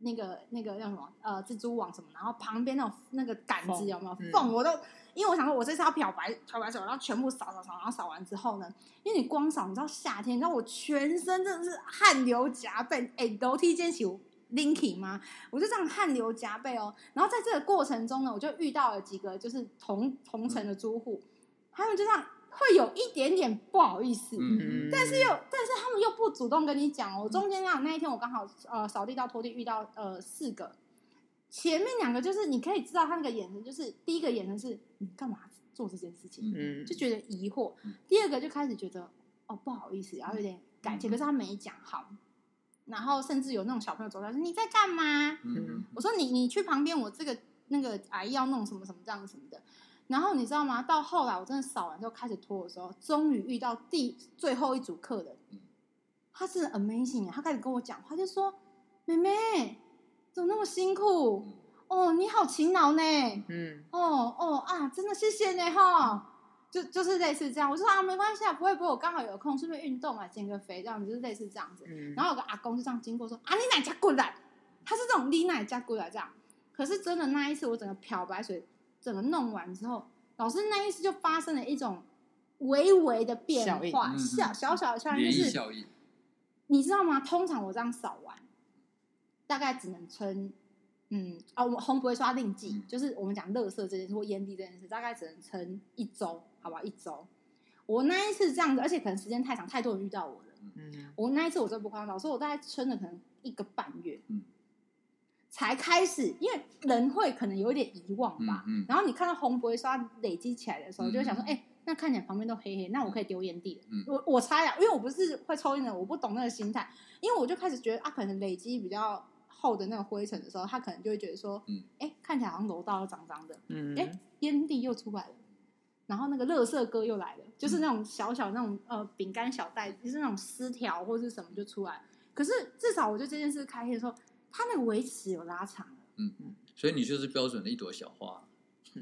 Speaker 2: 那个、那个叫什么呃蜘蛛网什么，然后旁边那种那个杆子
Speaker 1: 缝
Speaker 2: 有没有
Speaker 1: 嗯
Speaker 2: 缝，我都因为我想说，我这次要漂白漂白水，然后全部扫扫扫，然后扫完之后呢，因为你光扫，你知道夏天，你知道我全身真的是汗流浃背，哎、楼梯间起 linky 吗？我就这样汗流浃背哦。然后在这个过程中呢，我就遇到了几个就是同同城
Speaker 1: 嗯
Speaker 2: 的租户，他们就这样会有一点点不好意思，
Speaker 3: 嗯，
Speaker 1: 但是
Speaker 2: 又但是他们又不主动跟你讲哦。中间那那一天我刚好呃扫地到拖地遇到呃四个，前面两个就是你可以知道他那个眼神，就是第一个眼神是你干嘛做这件事情，
Speaker 3: 嗯
Speaker 1: 嗯
Speaker 2: 就觉得疑惑
Speaker 3: 嗯；
Speaker 2: 第二个就开始觉得哦不好意思，然后有点感谢，
Speaker 3: 嗯
Speaker 2: 可是他没讲好。然后甚至有那种小朋友走过来说：“你在干嘛？”
Speaker 3: 嗯
Speaker 2: 我说你你去旁边我这个那个阿姨要弄什么什么这样什么的。然后你知道吗？到后来我真的扫完之后开始拖的时候，终于遇到第最后一组客人
Speaker 3: 嗯，
Speaker 2: 他是 amazing，耶他开啊始跟我讲话，就说：“妹妹怎么那么辛苦？
Speaker 3: 嗯
Speaker 2: 哦，你好勤劳呢。”
Speaker 1: 嗯，
Speaker 2: 哦哦啊，真的谢谢呢哈，就就是类似这样。我就说啊，没关系啊，不会不会，我刚好有空，顺便运动啊，减个肥这样子，就是类似这样子。
Speaker 1: 嗯
Speaker 2: 然后有个阿公就这样经过说啊，你奶家过来，他是这种你奶家过来这样。可是真的那一次，我整个漂白水整个弄完之后，老师那一次就发生了一种微微的变
Speaker 1: 效应
Speaker 2: 化，
Speaker 3: 嗯
Speaker 2: 小小小的效应
Speaker 3: 涟
Speaker 2: 就
Speaker 3: 漪
Speaker 2: 是
Speaker 3: 效应，
Speaker 2: 你知道吗？通常我这样扫完，大概只能撑，嗯，啊，我们红不会刷另计，
Speaker 3: 嗯
Speaker 2: 就是我们讲垃圾这件事或烟蒂这件事，大概只能撑一周，好不好？一周。我那一次这样子，而且可能时间太长，太多人遇到我了。
Speaker 1: 嗯
Speaker 2: 我那一次我真的不夸张，老师，我大概撑了可能一个半月，
Speaker 3: 嗯
Speaker 2: 才开始，因为人会可能有一点遗忘
Speaker 3: 嗯
Speaker 2: 吧。
Speaker 3: 嗯，
Speaker 2: 然后你看到红不会刷累积起来的时候，
Speaker 3: 嗯
Speaker 2: 就会想说，哎、那看起来旁边都黑黑，那我可以丢烟蒂了。
Speaker 3: 嗯
Speaker 2: 我我猜啊，因为我不是会抽烟的，我不懂那个心态，因为我就开始觉得啊，可能累积比较厚的那个灰尘的时候，他可能就会觉得说，
Speaker 3: 嗯，
Speaker 2: 哎、看起来好像楼道都脏脏的，
Speaker 1: 嗯，
Speaker 2: 哎烟蒂又出来了。然后那个乐色哥又来了，就是那种小小那种呃饼干小袋子，就是那种丝条或是什么就出来。可是至少我觉得这件事开心的时候，它那个维持有拉长了。 <laughs>
Speaker 3: 所以你就是标准的一朵小花。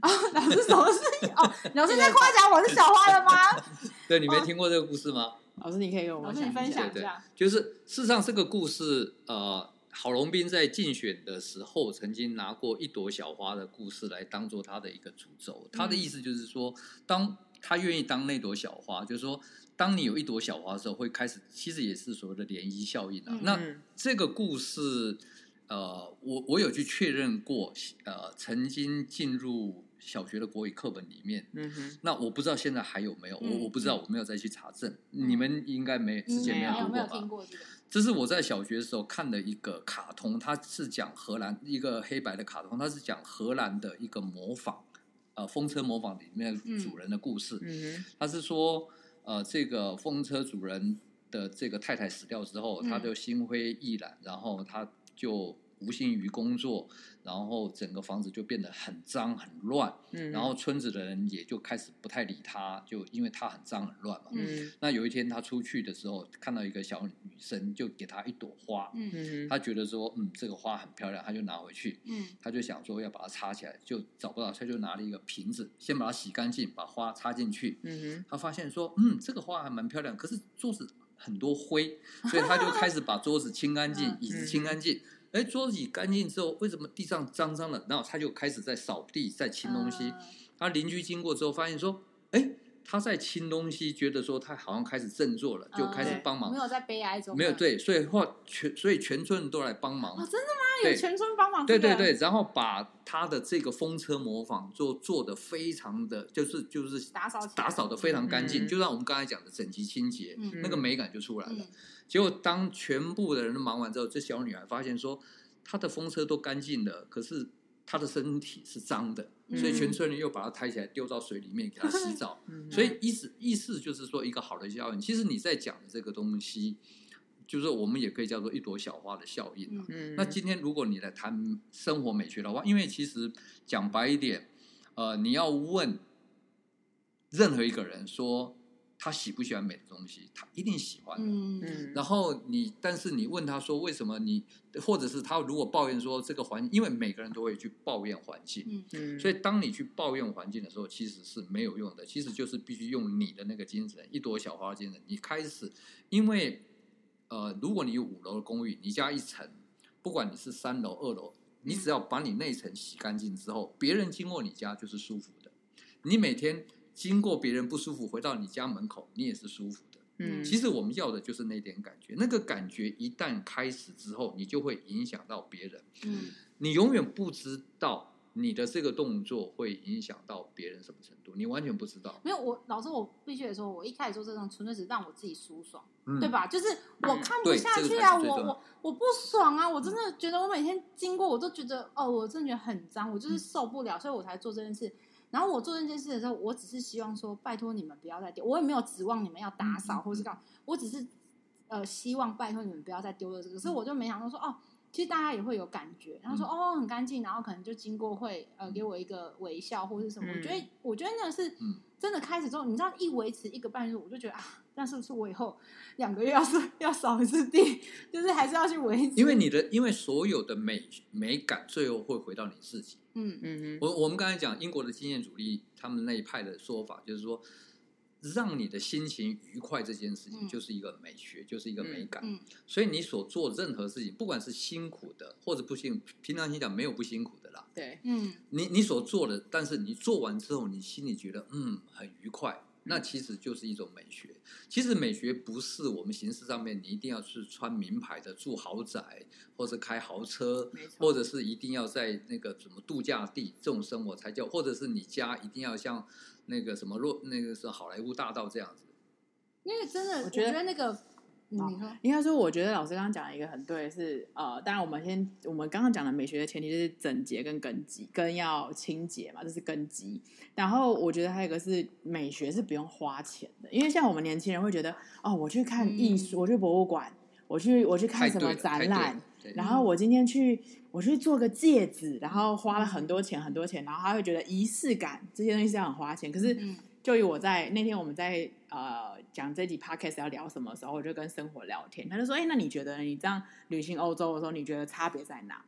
Speaker 2: 老师什么事情？哦，老师在夸奖我是小花了吗？
Speaker 3: <laughs> 对，你没听过这个故事吗？
Speaker 1: 老师，你可以跟我
Speaker 2: 老
Speaker 1: 们
Speaker 2: 师，
Speaker 1: 讲
Speaker 2: 你分
Speaker 1: 一下
Speaker 2: 享一下。嗯
Speaker 3: 就是事实上这个故事，呃，郝龙斌在竞选的时候曾经拿过一朵小花的故事来当做他的一个主轴。他
Speaker 2: 嗯
Speaker 3: 的意思就是说，当他愿意当那朵小花，就是说，当你有一朵小花的时候，会开始，其实也是所谓的涟漪效应啊。
Speaker 2: 嗯
Speaker 3: 那
Speaker 1: 嗯
Speaker 3: 这个故事，呃，我我有去确认过，呃，曾经进入小学的国语课本里面。
Speaker 1: 嗯哼，
Speaker 3: 那我不知道现在还有没有，
Speaker 2: 嗯
Speaker 3: 我我不知道，我没有再去查证。你们应该没之前
Speaker 1: 没
Speaker 3: 没
Speaker 1: 有
Speaker 2: 有
Speaker 3: 有读
Speaker 2: 没
Speaker 3: 过
Speaker 2: 有
Speaker 3: 吧
Speaker 2: 听？过这个？
Speaker 3: 这是我在小学的时候看的一个卡通，它是讲荷兰一个黑白的卡通，它是讲荷兰的一个模仿，呃，风车模仿里面的主人的故事。
Speaker 1: 嗯
Speaker 3: 他是说，呃，这个风车主人的这个太太死掉之后，
Speaker 2: 嗯
Speaker 3: 他就心灰意懒，然后他就无心于工作，然后整个房子就变得很脏很乱，
Speaker 1: 哼，嗯，
Speaker 3: 然后村子的人也就开始不太理他，就因为他很脏很乱嘛。
Speaker 1: 嗯
Speaker 3: 那有一天他出去的时候，看到一个小女生，就给她一朵花，
Speaker 2: 嗯嗯
Speaker 1: 嗯哼，
Speaker 3: 他觉得说，嗯，这个花很漂亮，他就拿回去，
Speaker 2: 嗯
Speaker 3: 他就想说要把它插起来，就找不到，他就拿了一个瓶子，先把它洗干净，把花插进去。
Speaker 1: 嗯
Speaker 3: 他发现说，嗯，这个花还蛮漂亮，可是桌子很多灰，所以他就开始把桌子清干净
Speaker 2: <laughs> 嗯，
Speaker 3: 椅子清干净。哎，桌子洗干净之后，为什么地上脏脏的？然后他就开始在扫地，在清东
Speaker 2: 啊
Speaker 3: 西。他邻居经过之后，发现说，哎，他在清东西，觉得说他好像开始振作
Speaker 2: 呃
Speaker 3: 了，就开始帮忙
Speaker 2: 哦没。有在悲哀中，嗯
Speaker 3: 没有对，所以话全所以全村都来帮忙
Speaker 2: 哦，。真的吗？有
Speaker 3: 对
Speaker 2: 全村帮忙，
Speaker 3: 对对对，，然后把他的这个风车模仿做做的非常的，就是就是
Speaker 2: 打扫起来
Speaker 3: 打扫的非常干净，
Speaker 1: 嗯
Speaker 3: 就像我们刚才讲的整齐清洁，
Speaker 2: 嗯
Speaker 3: 那个美感就出来了。
Speaker 2: 嗯
Speaker 3: 结果当全部的人都忙完之后，这小女孩发现说，她的风车都干净了，可是她的身体是脏的，
Speaker 2: 嗯
Speaker 3: 所以全村人又把她抬起来丢到水里面给她洗澡。
Speaker 1: 嗯哼，
Speaker 3: 所以意思意思就是说，一个好的效应，其实你在讲的这个东西，就是我们也可以叫做一朵小花的效应啊。
Speaker 2: 嗯
Speaker 1: 嗯，
Speaker 3: 那今天如果你来谈生活美学的话，因为其实讲白一点，呃，你要问任何一个人说他喜不喜欢美的东西，他一定喜欢的。
Speaker 2: 嗯
Speaker 1: 嗯，
Speaker 3: 然后你，但是你问他说为什么你，或者是他如果抱怨说这个环，因为每个人都会去抱怨环境，
Speaker 2: 嗯
Speaker 1: 嗯
Speaker 3: 所以当你去抱怨环境的时候，其实是没有用的，其实就是必须用你的那个精神，一朵小花的精神，你开始，因为呃，如果你有五楼的公寓，你加一层，不管你是三楼、二楼，你只要把你那一层洗干净之后，别人经过你家就是舒服的，你每天经过别人不舒服，回到你家门口，你也是舒服的。
Speaker 1: 嗯，
Speaker 3: 其实我们要的就是那点感觉，那个感觉一旦开始之后，你就会影响到别人。
Speaker 2: 嗯
Speaker 3: 你永远不知道你的这个动作会影响到别人什么程度，你完全不知道，
Speaker 2: 没有我老师，我必须得说，我一开始做这种纯粹只让我自己舒爽，
Speaker 3: 嗯
Speaker 2: 对？吧？就是我看不
Speaker 3: 对
Speaker 2: 下
Speaker 3: 这个
Speaker 2: 去
Speaker 3: 才
Speaker 2: 啊，
Speaker 3: 是最
Speaker 2: 我
Speaker 3: 重要嗯
Speaker 2: 我我不爽啊！我真的觉得我每天经过我都觉得哦，我真的觉得很脏，我
Speaker 3: 嗯
Speaker 2: 就是受不了，所以我才做这件事。然后我做这件事的时候，我只是希望说，拜托你们不要再丢，我也没有指望你们要打扫
Speaker 3: 嗯嗯
Speaker 2: 或是干嘛，我只是呃希望拜托你们不要再丢了这个，所以我就没想到说哦。其实大家也会有感觉。他
Speaker 3: 嗯
Speaker 2: 说、哦很干净，然后可能就经过会呃给我一个微笑或是什么。我觉得我觉得那是
Speaker 3: 嗯
Speaker 2: 真的开始之后，你知道一维持一个半月，我就觉得啊，那是不是我以后两个月要是要扫一次地，就是还是要去维持？
Speaker 3: 因为你的，因为所有的美美感最后会回到你自己。
Speaker 2: 嗯
Speaker 1: 嗯哼，
Speaker 3: 我我们刚才讲英国的经验主义，他们那一派的说法就是说，让你的心情愉快这件事情
Speaker 2: 嗯
Speaker 3: 就是一个美学，就是一个美感。
Speaker 2: 嗯
Speaker 3: 所以你所做任何事情，不管是辛苦的或者不辛苦，平常心讲没有不辛苦的啦。
Speaker 1: 对，
Speaker 2: 嗯
Speaker 3: 你你所做的，但是你做完之后，你心里觉得嗯很愉快，那其实就是一种美学。其实美学不是我们形式上面，你一定要是穿名牌的、住豪宅，或是开豪车，
Speaker 1: 没错，
Speaker 3: 或者是一定要在那个什么度假地这种生活才叫，或者是你家一定要像那个什么洛那个是好莱坞大道这样子。
Speaker 2: 因为真的，
Speaker 1: 我
Speaker 2: 我
Speaker 1: 觉
Speaker 2: 觉
Speaker 1: 得
Speaker 2: 得那个，嗯你说，
Speaker 1: 应该说，我觉得老师刚刚讲了一个很对的是，呃，当然我们先我们刚刚讲的美学的前提就是整洁跟根基，跟要清洁嘛，这是根基。然后我觉得还有一个是美学是不用花钱的，因为像我们年轻人会觉得，哦，我去看艺术，
Speaker 2: 嗯
Speaker 1: 我去博物馆，我去我去看
Speaker 3: 太
Speaker 1: 什么
Speaker 3: 对了，太
Speaker 1: 展
Speaker 3: 对
Speaker 1: 览嗯
Speaker 3: 了，。对
Speaker 1: 然后我今天去，我去做个戒指，然后花了很多钱，很多钱，然后他会觉得仪式感这些东西是要很花钱，可是
Speaker 2: 嗯
Speaker 1: 就以我在那天我们在呃讲这集 podcast 要聊什么的时候，我就跟生活聊天，他就说：“哎、那你觉得你这样旅行欧洲的时候，你觉得差别在哪？”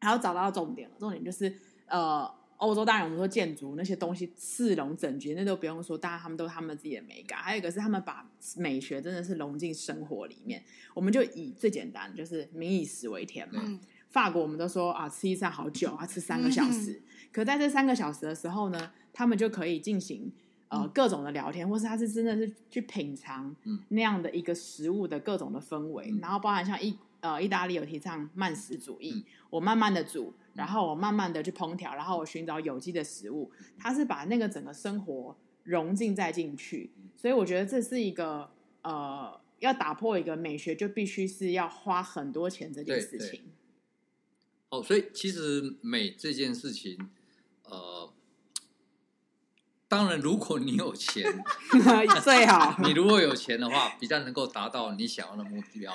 Speaker 1: 然后找到重点了，重点就是呃，欧洲当然我们说建筑那些东西市容整洁，那都不用说，当然他们都有他们自己的美感。还有一个是他们把美学真的是融进生活里面，我们就以最简单的就是民以食为天嘛，
Speaker 2: 嗯
Speaker 1: 法国我们都说啊，吃一餐好久啊，吃三个小时。
Speaker 2: 嗯
Speaker 1: 可在这三个小时的时候呢，他们就可以进行呃
Speaker 2: 嗯
Speaker 1: 各种的聊天，或是他是真的是去品尝
Speaker 3: 嗯
Speaker 1: 那样的一个食物的各种的氛围，
Speaker 3: 嗯
Speaker 1: 然后包含像意呃意大利有提倡慢食主义，
Speaker 3: 嗯
Speaker 1: 我慢慢的煮，然后我慢慢的去烹调，然后我寻找有机的食物，
Speaker 3: 嗯
Speaker 1: 他是把那个整个生活融进再进去，
Speaker 3: 嗯
Speaker 1: 所以我觉得这是一个呃。要打破一个美学，就必须是要花很多钱这件
Speaker 3: 对
Speaker 1: 事
Speaker 3: 对
Speaker 1: 情。 <laughs>
Speaker 3: 哦，所以其实美这件事情，呃，当然，如果你有钱，
Speaker 1: 最好。
Speaker 3: <laughs> 你如果有钱的话，比较能够达到你想要的目标。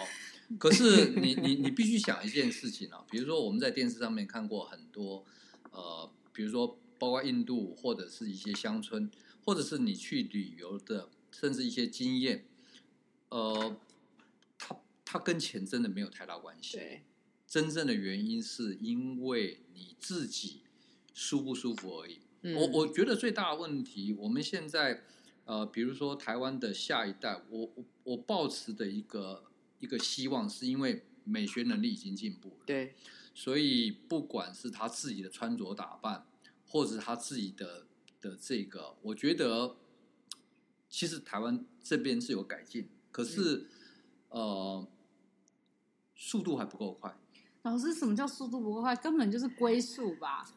Speaker 3: 可是你你你必须想一件事情啊，比如说我们在电视上面看过很多，呃，比如说包括印度或者是一些乡村，或者是你去旅游的，甚至一些经验，呃，它它跟钱真的没有太大关系。
Speaker 1: 对，
Speaker 3: 真正的原因是因为你自己舒不舒服而已。
Speaker 1: 嗯
Speaker 3: 我我觉得最大的问题，我们现在呃，比如说台湾的下一代，我我我抱持的一个一个希望，是因为美学能力已经进步了，
Speaker 1: 对
Speaker 3: 所以不管是他自己的穿着打扮，或者是他自己的的这个，我觉得其实台湾这边是有改进，可是、
Speaker 1: 嗯
Speaker 3: 呃，速度还不够快。
Speaker 2: 老师，什么叫速度不够快？根本就是龟速吧！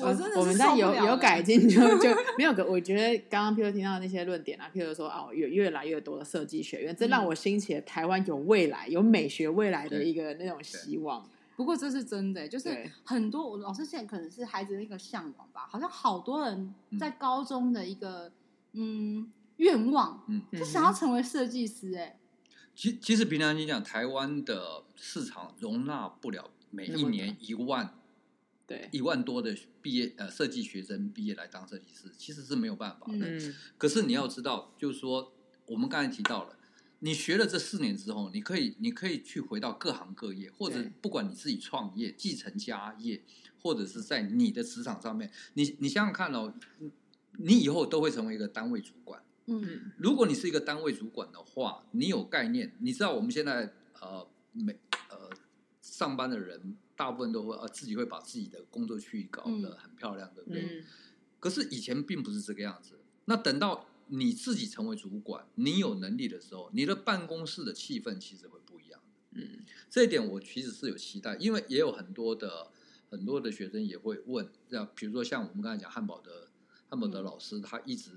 Speaker 2: 我真的是
Speaker 1: 我们在
Speaker 2: 受不
Speaker 1: 有
Speaker 2: 了
Speaker 1: 有
Speaker 2: 了
Speaker 1: 改进就就没有。我觉得刚刚譬如听到那些论点啊，譬如说哦，有越来越多的设计学院，这
Speaker 2: 嗯
Speaker 1: 让我兴起了台湾有未来、有美学未来的一个那种希望。
Speaker 2: 不过这是真的、就是
Speaker 1: 对
Speaker 2: 很多我老师现在可能是孩子的一个向往吧，好像好多人
Speaker 3: 嗯
Speaker 2: 在高中的一个嗯愿望，
Speaker 3: 嗯，
Speaker 2: 就想要成为设计师、哎、
Speaker 3: 其其实平常心讲，台湾的市场容纳不了每一年一万
Speaker 1: 对，
Speaker 3: 一万多的毕业呃设计学生毕业来当设计师，其实是没有办法的。
Speaker 1: 嗯，
Speaker 3: 可是你要知道，就是说我们刚才提到了，你学了这四年之后，你可以你可以去回到各行各业，或者
Speaker 1: 对
Speaker 3: 不管你自己创业、继承家业，或者是在你的职场上面，你你想想看哦，你以后都会成为一个单位主管。
Speaker 2: 嗯
Speaker 3: 如果你是一个单位主管的话，你有概念，你知道我们现在呃每呃上班的人大部分都会呃自己会把自己的工作区域搞得
Speaker 2: 嗯
Speaker 3: 很漂亮，对不对？
Speaker 1: 嗯，
Speaker 3: 可是以前并不是这个样子。那等到你自己成为主管，你有能力的时候，你的办公室的气氛其实会不一样。
Speaker 1: 嗯，
Speaker 3: 这一点我其实是有期待，因为也有很多的很多的学生也会问，那比如说像我们刚才讲汉堡的汉堡的
Speaker 2: 嗯
Speaker 3: 老师，他一直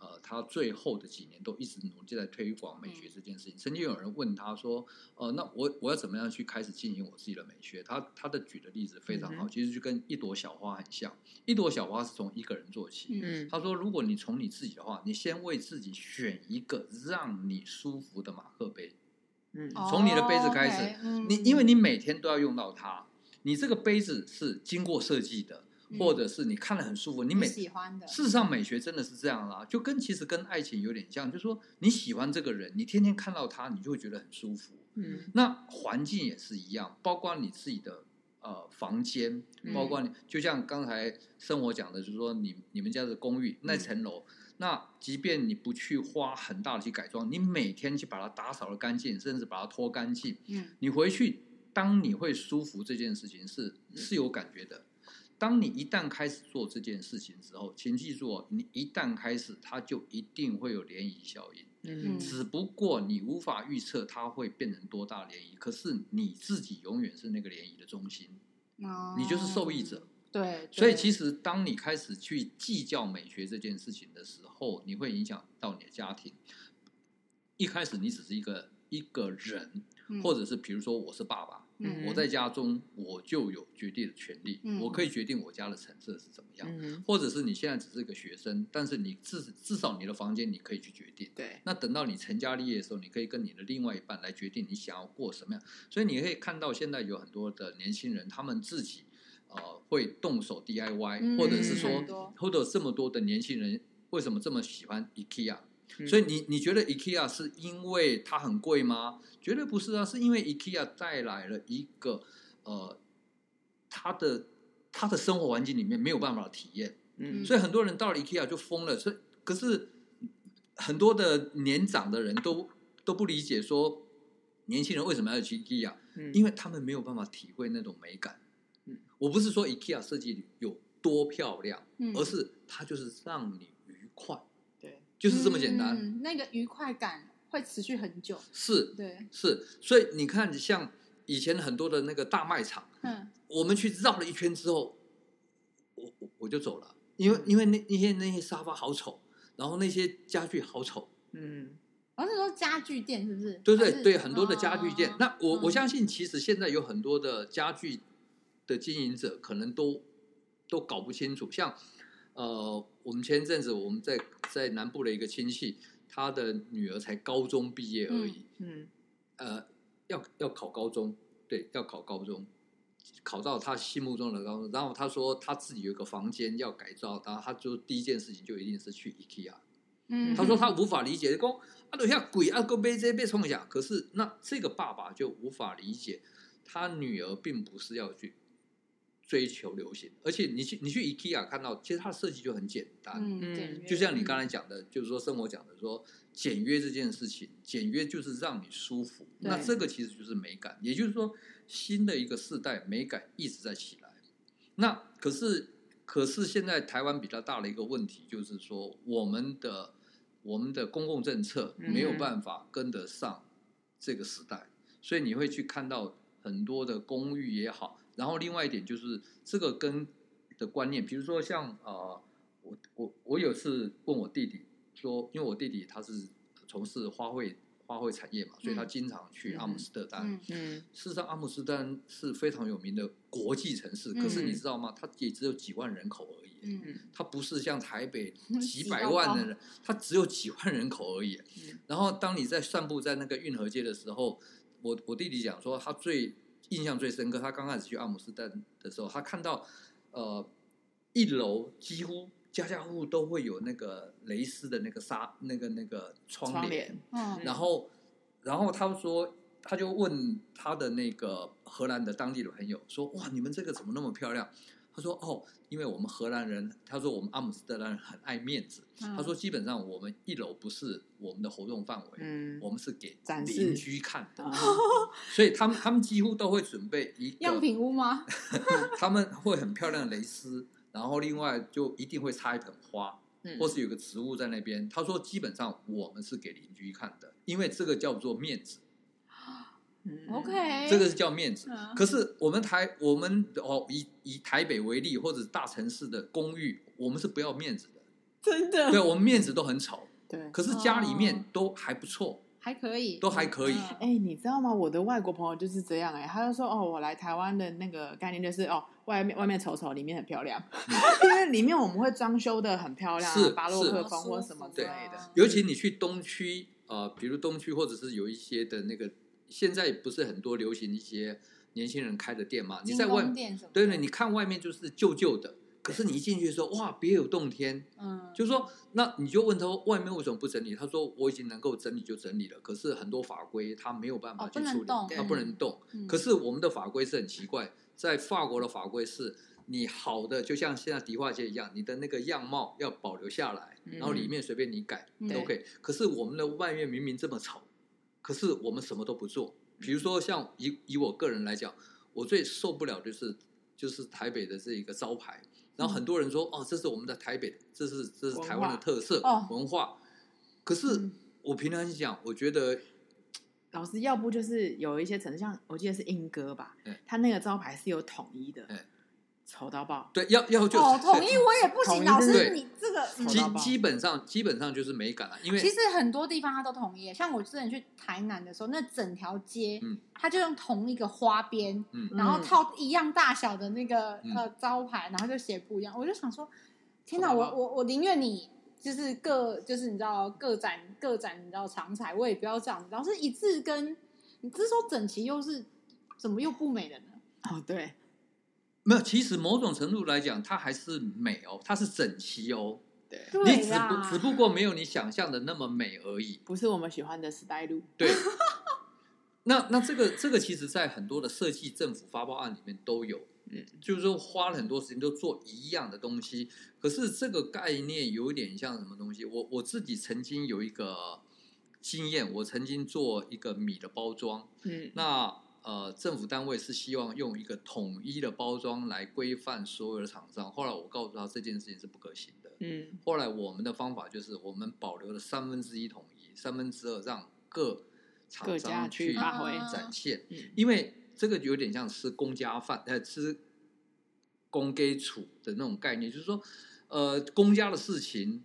Speaker 3: 呃，他最后的几年都一直努力在推广美学这件事情。曾经有人问他说，呃，那我我要怎么样去开始经营我自己的美学？他他的举的例子非常好，
Speaker 1: 嗯哼
Speaker 3: 其实就跟一朵小花很像，一朵小花是从一个人做起，
Speaker 2: 嗯
Speaker 1: 嗯，
Speaker 3: 他说：“如果你从你自己的话，你先为自己选一个让你舒服的马克杯，
Speaker 1: 嗯嗯，
Speaker 3: 从你的杯子开始
Speaker 2: 哦，OK，嗯
Speaker 3: 你因为你每天都要用到它，你这个杯子是经过设计的，
Speaker 2: 嗯
Speaker 3: 或者是你看了很舒服，你
Speaker 2: 你
Speaker 3: 每
Speaker 2: 喜欢的，
Speaker 3: 事实上美学真的是这样啦，就跟其实跟爱情有点像，就是说你喜欢这个人，你天天看到他，你就会觉得很舒服。
Speaker 1: 嗯
Speaker 3: 那环境也是一样，包括你自己的呃房间，
Speaker 1: 嗯
Speaker 3: 包括你、就像刚才生活讲的，就是说你你们家的公寓那层楼，那即便你不去花很大的去改装，你每天去把它打扫的干净，甚至把它拖干净，
Speaker 2: 嗯
Speaker 3: 你回去，当你会舒服这件事情是是有感觉的。当你一旦开始做这件事情之后，请记住哦，你一旦开始，它就一定会有涟漪效应。
Speaker 1: 嗯
Speaker 3: 只不过你无法预测它会变成多大的涟漪，可是你自己永远是那个涟漪的中心，
Speaker 2: 哦
Speaker 3: 你就是受益者。
Speaker 2: 对，
Speaker 3: 所以
Speaker 2: 哦对
Speaker 3: 其实当你开始去计较美学这件事情的时候，你会影响到你的家庭。一开始你只是一个一个人，
Speaker 2: 嗯
Speaker 3: 或者是比如说我是爸爸，
Speaker 2: 嗯
Speaker 3: 我在家中我就有决定的权利，
Speaker 2: 嗯
Speaker 3: 我可以决定我家的成色是怎么样。
Speaker 1: 嗯，
Speaker 3: 或者是你现在只是个学生，但是你至至少你的房间你可以去决定。
Speaker 1: 对，
Speaker 3: 那等到你成家立业的时候，你可以跟你的另外一半来决定你想要过什么样。所以你可以看到现在有很多的年轻人，他们自己呃会动手 DIY，、
Speaker 2: 嗯
Speaker 3: 或者是
Speaker 1: 很
Speaker 3: 说
Speaker 2: 多，
Speaker 3: 或者这么多的年轻人为什么这么喜欢 IKEA？、
Speaker 1: 嗯
Speaker 3: 所以你你觉得 IKEA 是因为它很贵吗？绝对不是啊，是因为 IKEA 带来了一个呃，它的它的生活环境里面没有办法体验。
Speaker 1: 嗯
Speaker 3: 所以很多人到了 IKEA 就疯了。所以可是很多的年长的人都都不理解说，年轻人为什么要去 IKEA？
Speaker 1: 嗯
Speaker 3: 因为他们没有办法体会那种美感
Speaker 1: 嗯。
Speaker 3: 我不是说 IKEA 设计有多漂亮，
Speaker 2: 嗯
Speaker 3: 而是它就是让你愉快，
Speaker 1: 对，
Speaker 3: 就是这么简单。
Speaker 2: 嗯那个愉快感会持续很久，
Speaker 3: 是
Speaker 2: 对，
Speaker 3: 是，所以你看，像以前很多的那个大卖场，
Speaker 2: 嗯，
Speaker 3: 我们去绕了一圈之后，我我我就走了，因为因为那那些那些沙发好丑，然后那些家具好丑，
Speaker 1: 嗯
Speaker 2: 我是说家具店是不是？
Speaker 3: 对不
Speaker 2: 还
Speaker 3: 对？
Speaker 2: 是
Speaker 3: 对，很多的家具店
Speaker 2: 哦。
Speaker 3: 那我我
Speaker 2: 嗯
Speaker 3: 相信，其实现在有很多的家具的经营者，可能都都搞不清楚。像呃，我们前一阵子我们在在南部的一个亲戚，他的女儿才高中毕业而已，
Speaker 1: 嗯
Speaker 3: 呃，要要考高中，对，要考高中。考到他心目中的高中，然后他说他自己有一个房间要改造，然后他就第一件事情就一定是去 IKEA，
Speaker 2: 嗯，
Speaker 3: 他说他无法理解，讲啊，等下鬼啊，个被这被冲一下。可是那这个爸爸就无法理解，他女儿并不是要去追求流行，而且你去你去 IKEA 看到，其实它的设计就很简单，
Speaker 2: 嗯，
Speaker 1: 嗯
Speaker 2: 简约
Speaker 3: 就像你刚才讲的，就是说生活讲的说简约这件事情，简约就是让你舒服。
Speaker 2: 对
Speaker 3: 那这个其实就是美感，也就是说新的一个世代美感一直在起来。那可是可是现在台湾比较大的一个问题就是说我们的我们的公共政策
Speaker 1: 嗯
Speaker 3: 没有办法跟得上这个时代，所以你会去看到很多的公寓也好，然后另外一点就是这个跟的观念，比如说像呃，我我我有次问我弟弟说，因为我弟弟他是从事花卉花卉产业嘛，所以他
Speaker 2: 嗯
Speaker 3: 经常去
Speaker 1: 嗯
Speaker 3: 阿姆斯特丹。
Speaker 2: 嗯
Speaker 1: 嗯
Speaker 3: 事实上，阿姆斯特丹是非常有名的国际城市，
Speaker 2: 嗯
Speaker 3: 可是你知道吗？它也只有几万人口而已。
Speaker 2: 嗯
Speaker 3: 它不是像台
Speaker 1: <laughs>
Speaker 3: 北
Speaker 2: 挤
Speaker 3: 几百
Speaker 2: 到
Speaker 3: 万
Speaker 2: 爆
Speaker 3: 的人，它只有几万人口而已。
Speaker 1: 嗯
Speaker 3: 然后当你在散步在那个运河街的时候，我我弟弟讲说，他最印象最深刻，他刚开始去阿姆斯特丹的时候，他看到呃一楼几乎家家户户都会有那个蕾丝的那个纱那个那个窗
Speaker 1: 窗
Speaker 3: 帘，
Speaker 1: 帘，
Speaker 2: 嗯
Speaker 3: 然后，然后他说，他就问他的那个荷兰的当地的朋友说：“哇，你们这个怎么那么漂亮？”他说：“哦，因为我们荷兰人，他说我们阿姆斯特丹人很爱面子。
Speaker 2: 嗯
Speaker 3: 他说，基本上我们一楼不是我们的活动范围，
Speaker 1: 嗯
Speaker 3: 我们是给
Speaker 1: 展示
Speaker 3: 邻居看的，
Speaker 1: 啊
Speaker 3: 所以他们他们几乎都会准备一个
Speaker 2: 样品屋吗？
Speaker 3: 嗯他们会很漂亮的蕾丝，然后另外就一定会插一盆花，
Speaker 1: 嗯
Speaker 3: 或是有个植物在那边。他说，基本上我们是给邻居看的，因为这个叫做面子，
Speaker 1: 嗯
Speaker 2: OK，
Speaker 3: 这个是叫面子。
Speaker 2: 哎嗯
Speaker 3: 可是我们台我们哦，以以台北为例，或者是大城市的公寓，我们是不要面子的，
Speaker 1: 真的
Speaker 2: <laughs>
Speaker 3: 对我们面子都很丑，
Speaker 1: 对。
Speaker 3: 可是家里面都还不错，
Speaker 2: 还可以，
Speaker 3: 都还可以。
Speaker 2: 哦嗯
Speaker 1: 哎、你知道吗？我的外国朋友就是这样哎、他就说哦，我来台湾的那个概念就是哦，外面外面丑丑，里面很漂亮， <laughs> 因为里面我们会装修的很漂亮、
Speaker 3: 嗯是
Speaker 1: 啊，巴洛
Speaker 3: 是
Speaker 1: 克风或什么之类的。嗯
Speaker 3: 尤其你去东区，呃，比如东区或者是有一些的那个现在不是很多流行一些年轻人开的店嘛？你
Speaker 2: 精
Speaker 3: 在外
Speaker 2: 工店什么的？
Speaker 3: 对对，你看外面就是旧旧的，可是你一进去说哇，别有洞天，
Speaker 2: 嗯，
Speaker 3: 就是说，那你就问他外面为什么不整理？他说我已经能够整理就整理了，可是很多法规他没有办法
Speaker 2: 哦
Speaker 3: 去
Speaker 2: 不能
Speaker 3: 处理，
Speaker 2: 动
Speaker 3: 他不能动。
Speaker 2: 嗯
Speaker 3: 可是我们的法规是很奇怪，在法国的法规是，你好的就像现在迪化街一样，你的那个样貌要保留下来，
Speaker 1: 嗯
Speaker 3: 然后里面随便你改
Speaker 2: 嗯
Speaker 3: 都可以。可是我们的外面明明这么丑，可是我们什么都不做。
Speaker 2: 嗯
Speaker 3: 比如说像以以我个人来讲，我最受不了就是就是台北的这一个招牌。然后很多人说哦，这是我们的台北，这是这是台湾的特色
Speaker 2: 文化哦
Speaker 3: 文化。可是
Speaker 2: 嗯
Speaker 3: 我平常讲，我觉得
Speaker 1: 老师，要不就是有一些城市，像我记得是英歌吧
Speaker 3: 对，
Speaker 1: 他那个招牌是有统一的
Speaker 3: 对，
Speaker 1: 丑到爆。
Speaker 3: 对要要就
Speaker 2: 哦，统一我也不
Speaker 1: 统
Speaker 2: 行，
Speaker 1: 一
Speaker 2: 老
Speaker 3: 对
Speaker 2: 师你这个嗯
Speaker 1: 统
Speaker 3: 基
Speaker 1: 好吧
Speaker 3: 基本上基本上就是美感了，因为
Speaker 2: 其实很多地方它都统一，像我之前去台南的时候，那整条街，
Speaker 3: 嗯
Speaker 2: 它就用同一个花边，
Speaker 3: 嗯
Speaker 2: 然后套一样大小的那个、
Speaker 3: 嗯
Speaker 2: 呃招牌，然后就写不一样。我就想说，天哪，
Speaker 3: 好吧
Speaker 2: 我我我宁愿你就是各就是你知道各展各展你知道长才，我也不要这样子。老是一致跟你只是说整齐又是怎么又不美的呢？
Speaker 1: 哦，对，
Speaker 3: 没有。其实某种程度来讲，它还是美哦，它是整齐哦，
Speaker 1: 对，
Speaker 3: 你
Speaker 2: 对
Speaker 3: 只不
Speaker 2: 啦，
Speaker 3: 只不过没有你想象的那么美而已。
Speaker 1: 不是我们喜欢的时代路。
Speaker 2: <laughs>
Speaker 3: 对，那那这个这个其实，在很多的设计政府发包案里面都有，
Speaker 1: 嗯，
Speaker 3: 就是说花了很多时间都做一样的东西，可是这个概念有点像什么东西？我我自己曾经有一个经验，我曾经做一个米的包装，
Speaker 1: 嗯，
Speaker 3: 那呃，政府单位是希望用一个统一的包装来规范所有的厂商，后来我告诉他这件事情是不可行的，
Speaker 1: 嗯，
Speaker 3: 后来我们的方法就是，我们保留了三分之一统一，三分之二让各厂
Speaker 1: 各家
Speaker 3: 商
Speaker 1: 去
Speaker 3: 去
Speaker 1: 发挥。
Speaker 2: 嗯
Speaker 3: 展现，
Speaker 1: 嗯
Speaker 3: 因为这个有点像吃公家饭，呃，吃公给处的那种概念，就是说，呃，公家的事情，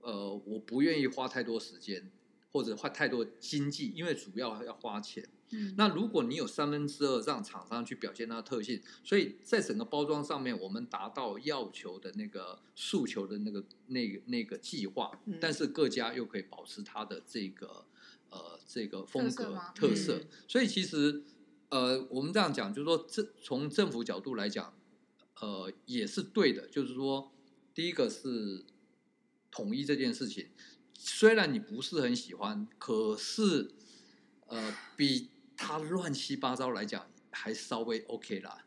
Speaker 3: 呃，我不愿意花太多时间或者花太多经济，因为主要要花钱。
Speaker 2: 嗯
Speaker 3: 那如果你有三分之二让厂商去表现它的特性，所以在整个包装上面，我们达到要求的那个诉求的那个那个那个计划，
Speaker 1: 嗯
Speaker 3: 但是各家又可以保持它的这个呃这个风
Speaker 2: 特色
Speaker 3: 格
Speaker 2: 吗
Speaker 3: 特色，
Speaker 1: 嗯
Speaker 3: 所以其实呃我们这样讲，就是说这从政府角度来讲，呃也是对的，就是说第一个是统一这件事情，虽然你不是很喜欢，可是呃，比他乱七八糟来讲还稍微 OK 啦。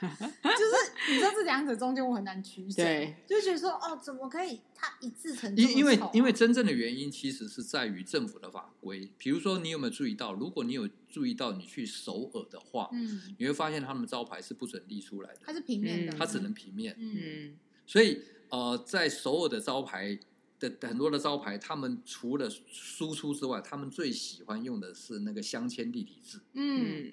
Speaker 2: 就是你知道这两者中间我很难取舍，
Speaker 1: 对，
Speaker 2: 就觉得说哦，怎么可以它一致成这么
Speaker 3: 因因为
Speaker 2: 丑啊
Speaker 3: 因为真正的原因其实是在于政府的法规，比如说你有没有注意到？如果你有注意到，你去首尔的话，
Speaker 2: 嗯，
Speaker 3: 你会发现他们招牌是不准立出来
Speaker 2: 它
Speaker 3: 的，
Speaker 2: 是平面的，
Speaker 1: 嗯
Speaker 3: 它只能平面。
Speaker 2: 嗯
Speaker 1: 嗯，
Speaker 3: 所以呃，在首尔的招牌的很多的招牌，他们除了输出之外，他们最喜欢用的是那个镶嵌立体字。
Speaker 2: 嗯
Speaker 1: 嗯，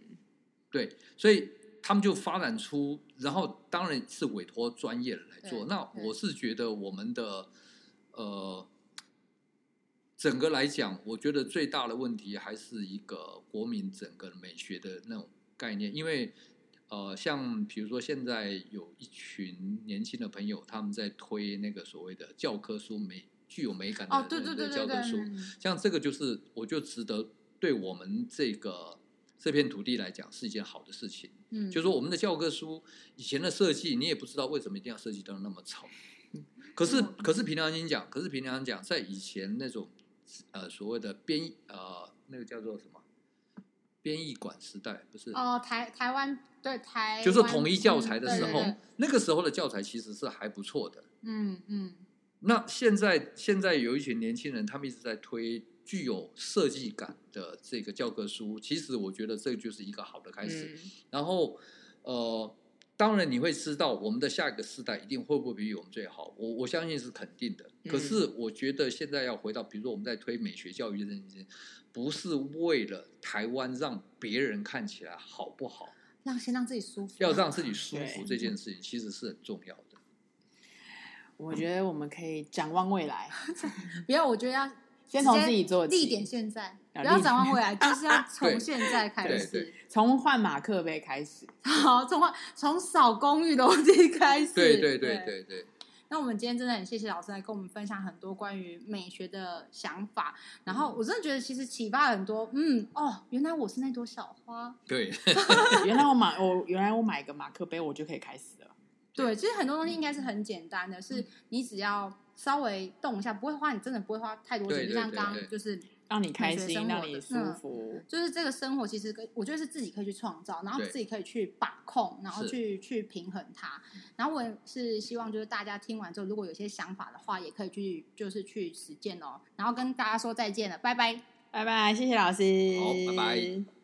Speaker 3: 对，所以他们就发展出，然后当然是委托专业的来做。
Speaker 2: 对
Speaker 3: 那
Speaker 2: 对
Speaker 3: 我是觉得我们的呃，整个来讲，我觉得最大的问题还是一个国民整个美学的那种概念，因为。呃，像比如说现在有一群年轻的朋友，他们在推那个所谓的教科书美具有美感的
Speaker 2: 哦，对对对
Speaker 3: 的
Speaker 2: 对
Speaker 3: 教科
Speaker 2: 对，
Speaker 3: 书，
Speaker 2: 嗯
Speaker 3: 像这个就是，我就值得对我们这个这片土地来讲是一件好的事情。
Speaker 2: 嗯，
Speaker 3: 就是说，我们的教科书以前的设计，你也不知道为什么一定要设计到那么丑。可是，
Speaker 2: 嗯
Speaker 3: 可是平常心讲，可是平常心讲，在以前那种呃所谓的编呃那个叫做什么编译馆时代，不是
Speaker 2: 哦，台台湾对台，
Speaker 3: 就是统一教材的时候
Speaker 2: 嗯对对对，
Speaker 3: 那个时候的教材其实是还不错的。
Speaker 2: 嗯嗯
Speaker 3: 那现在现在有一群年轻人，他们一直在推具有设计感的这个教科书，其实我觉得这就是一个好的开
Speaker 1: 嗯
Speaker 3: 始。然后，呃，当然你会知道我们的下一个世代一定会不会比我们最好，我我相信是肯定的。
Speaker 1: 嗯
Speaker 3: 可是我觉得现在要回到，比如说我们在推美学教育这件事情，不是为了台湾让别人看起来好不好，
Speaker 2: 让先让自己舒服，
Speaker 3: 要让自己舒服
Speaker 1: 对
Speaker 3: 这件事情其实是很重要的。
Speaker 1: 我觉得我们可以展望未来，
Speaker 2: 不要，我觉得要
Speaker 1: 先从自己做起，
Speaker 2: 地点现在，
Speaker 1: 啊
Speaker 2: 不要
Speaker 1: 立
Speaker 2: 展望
Speaker 1: <laughs>
Speaker 2: 未来，就是
Speaker 3: <laughs>
Speaker 2: 要从
Speaker 3: 对
Speaker 2: 现在开
Speaker 3: 对
Speaker 2: 始 <laughs>
Speaker 3: 对，
Speaker 1: 从换马克杯开始。
Speaker 2: 好，从从扫公寓楼梯开始，
Speaker 3: 对对对对对。
Speaker 2: 那我们今天真的很谢谢老师来跟我们分享很多关于美学的想法，然
Speaker 3: 嗯
Speaker 2: 后我真的觉得其实启发很多，嗯，哦，原来我是那朵小花，
Speaker 3: 对，
Speaker 1: 原来我买我原来我买个马克杯，我就可以开始了。
Speaker 2: 对，其实很多
Speaker 3: 嗯
Speaker 2: 东西应该是很简单的，是你只要稍微动一下，不会花，你真的不会花太多
Speaker 3: 对
Speaker 2: 钱，
Speaker 3: 对
Speaker 2: 就像刚刚
Speaker 3: 对对
Speaker 2: 就是
Speaker 1: 让你开
Speaker 2: 美学生
Speaker 1: 心，
Speaker 2: 活的嗯
Speaker 1: 让你舒服，
Speaker 2: 就是这个生活其实跟我觉得是自己可以去创造，然后
Speaker 3: 对
Speaker 2: 自己可以去把控，然后
Speaker 3: 是嗯
Speaker 2: 去去平衡它。然后我也是希望就是大家听完之后，如果有些想法的话，也可以去就是去实践哦。然后跟大家说再见了，拜拜。
Speaker 1: 拜拜，谢谢老师，
Speaker 3: 好拜拜。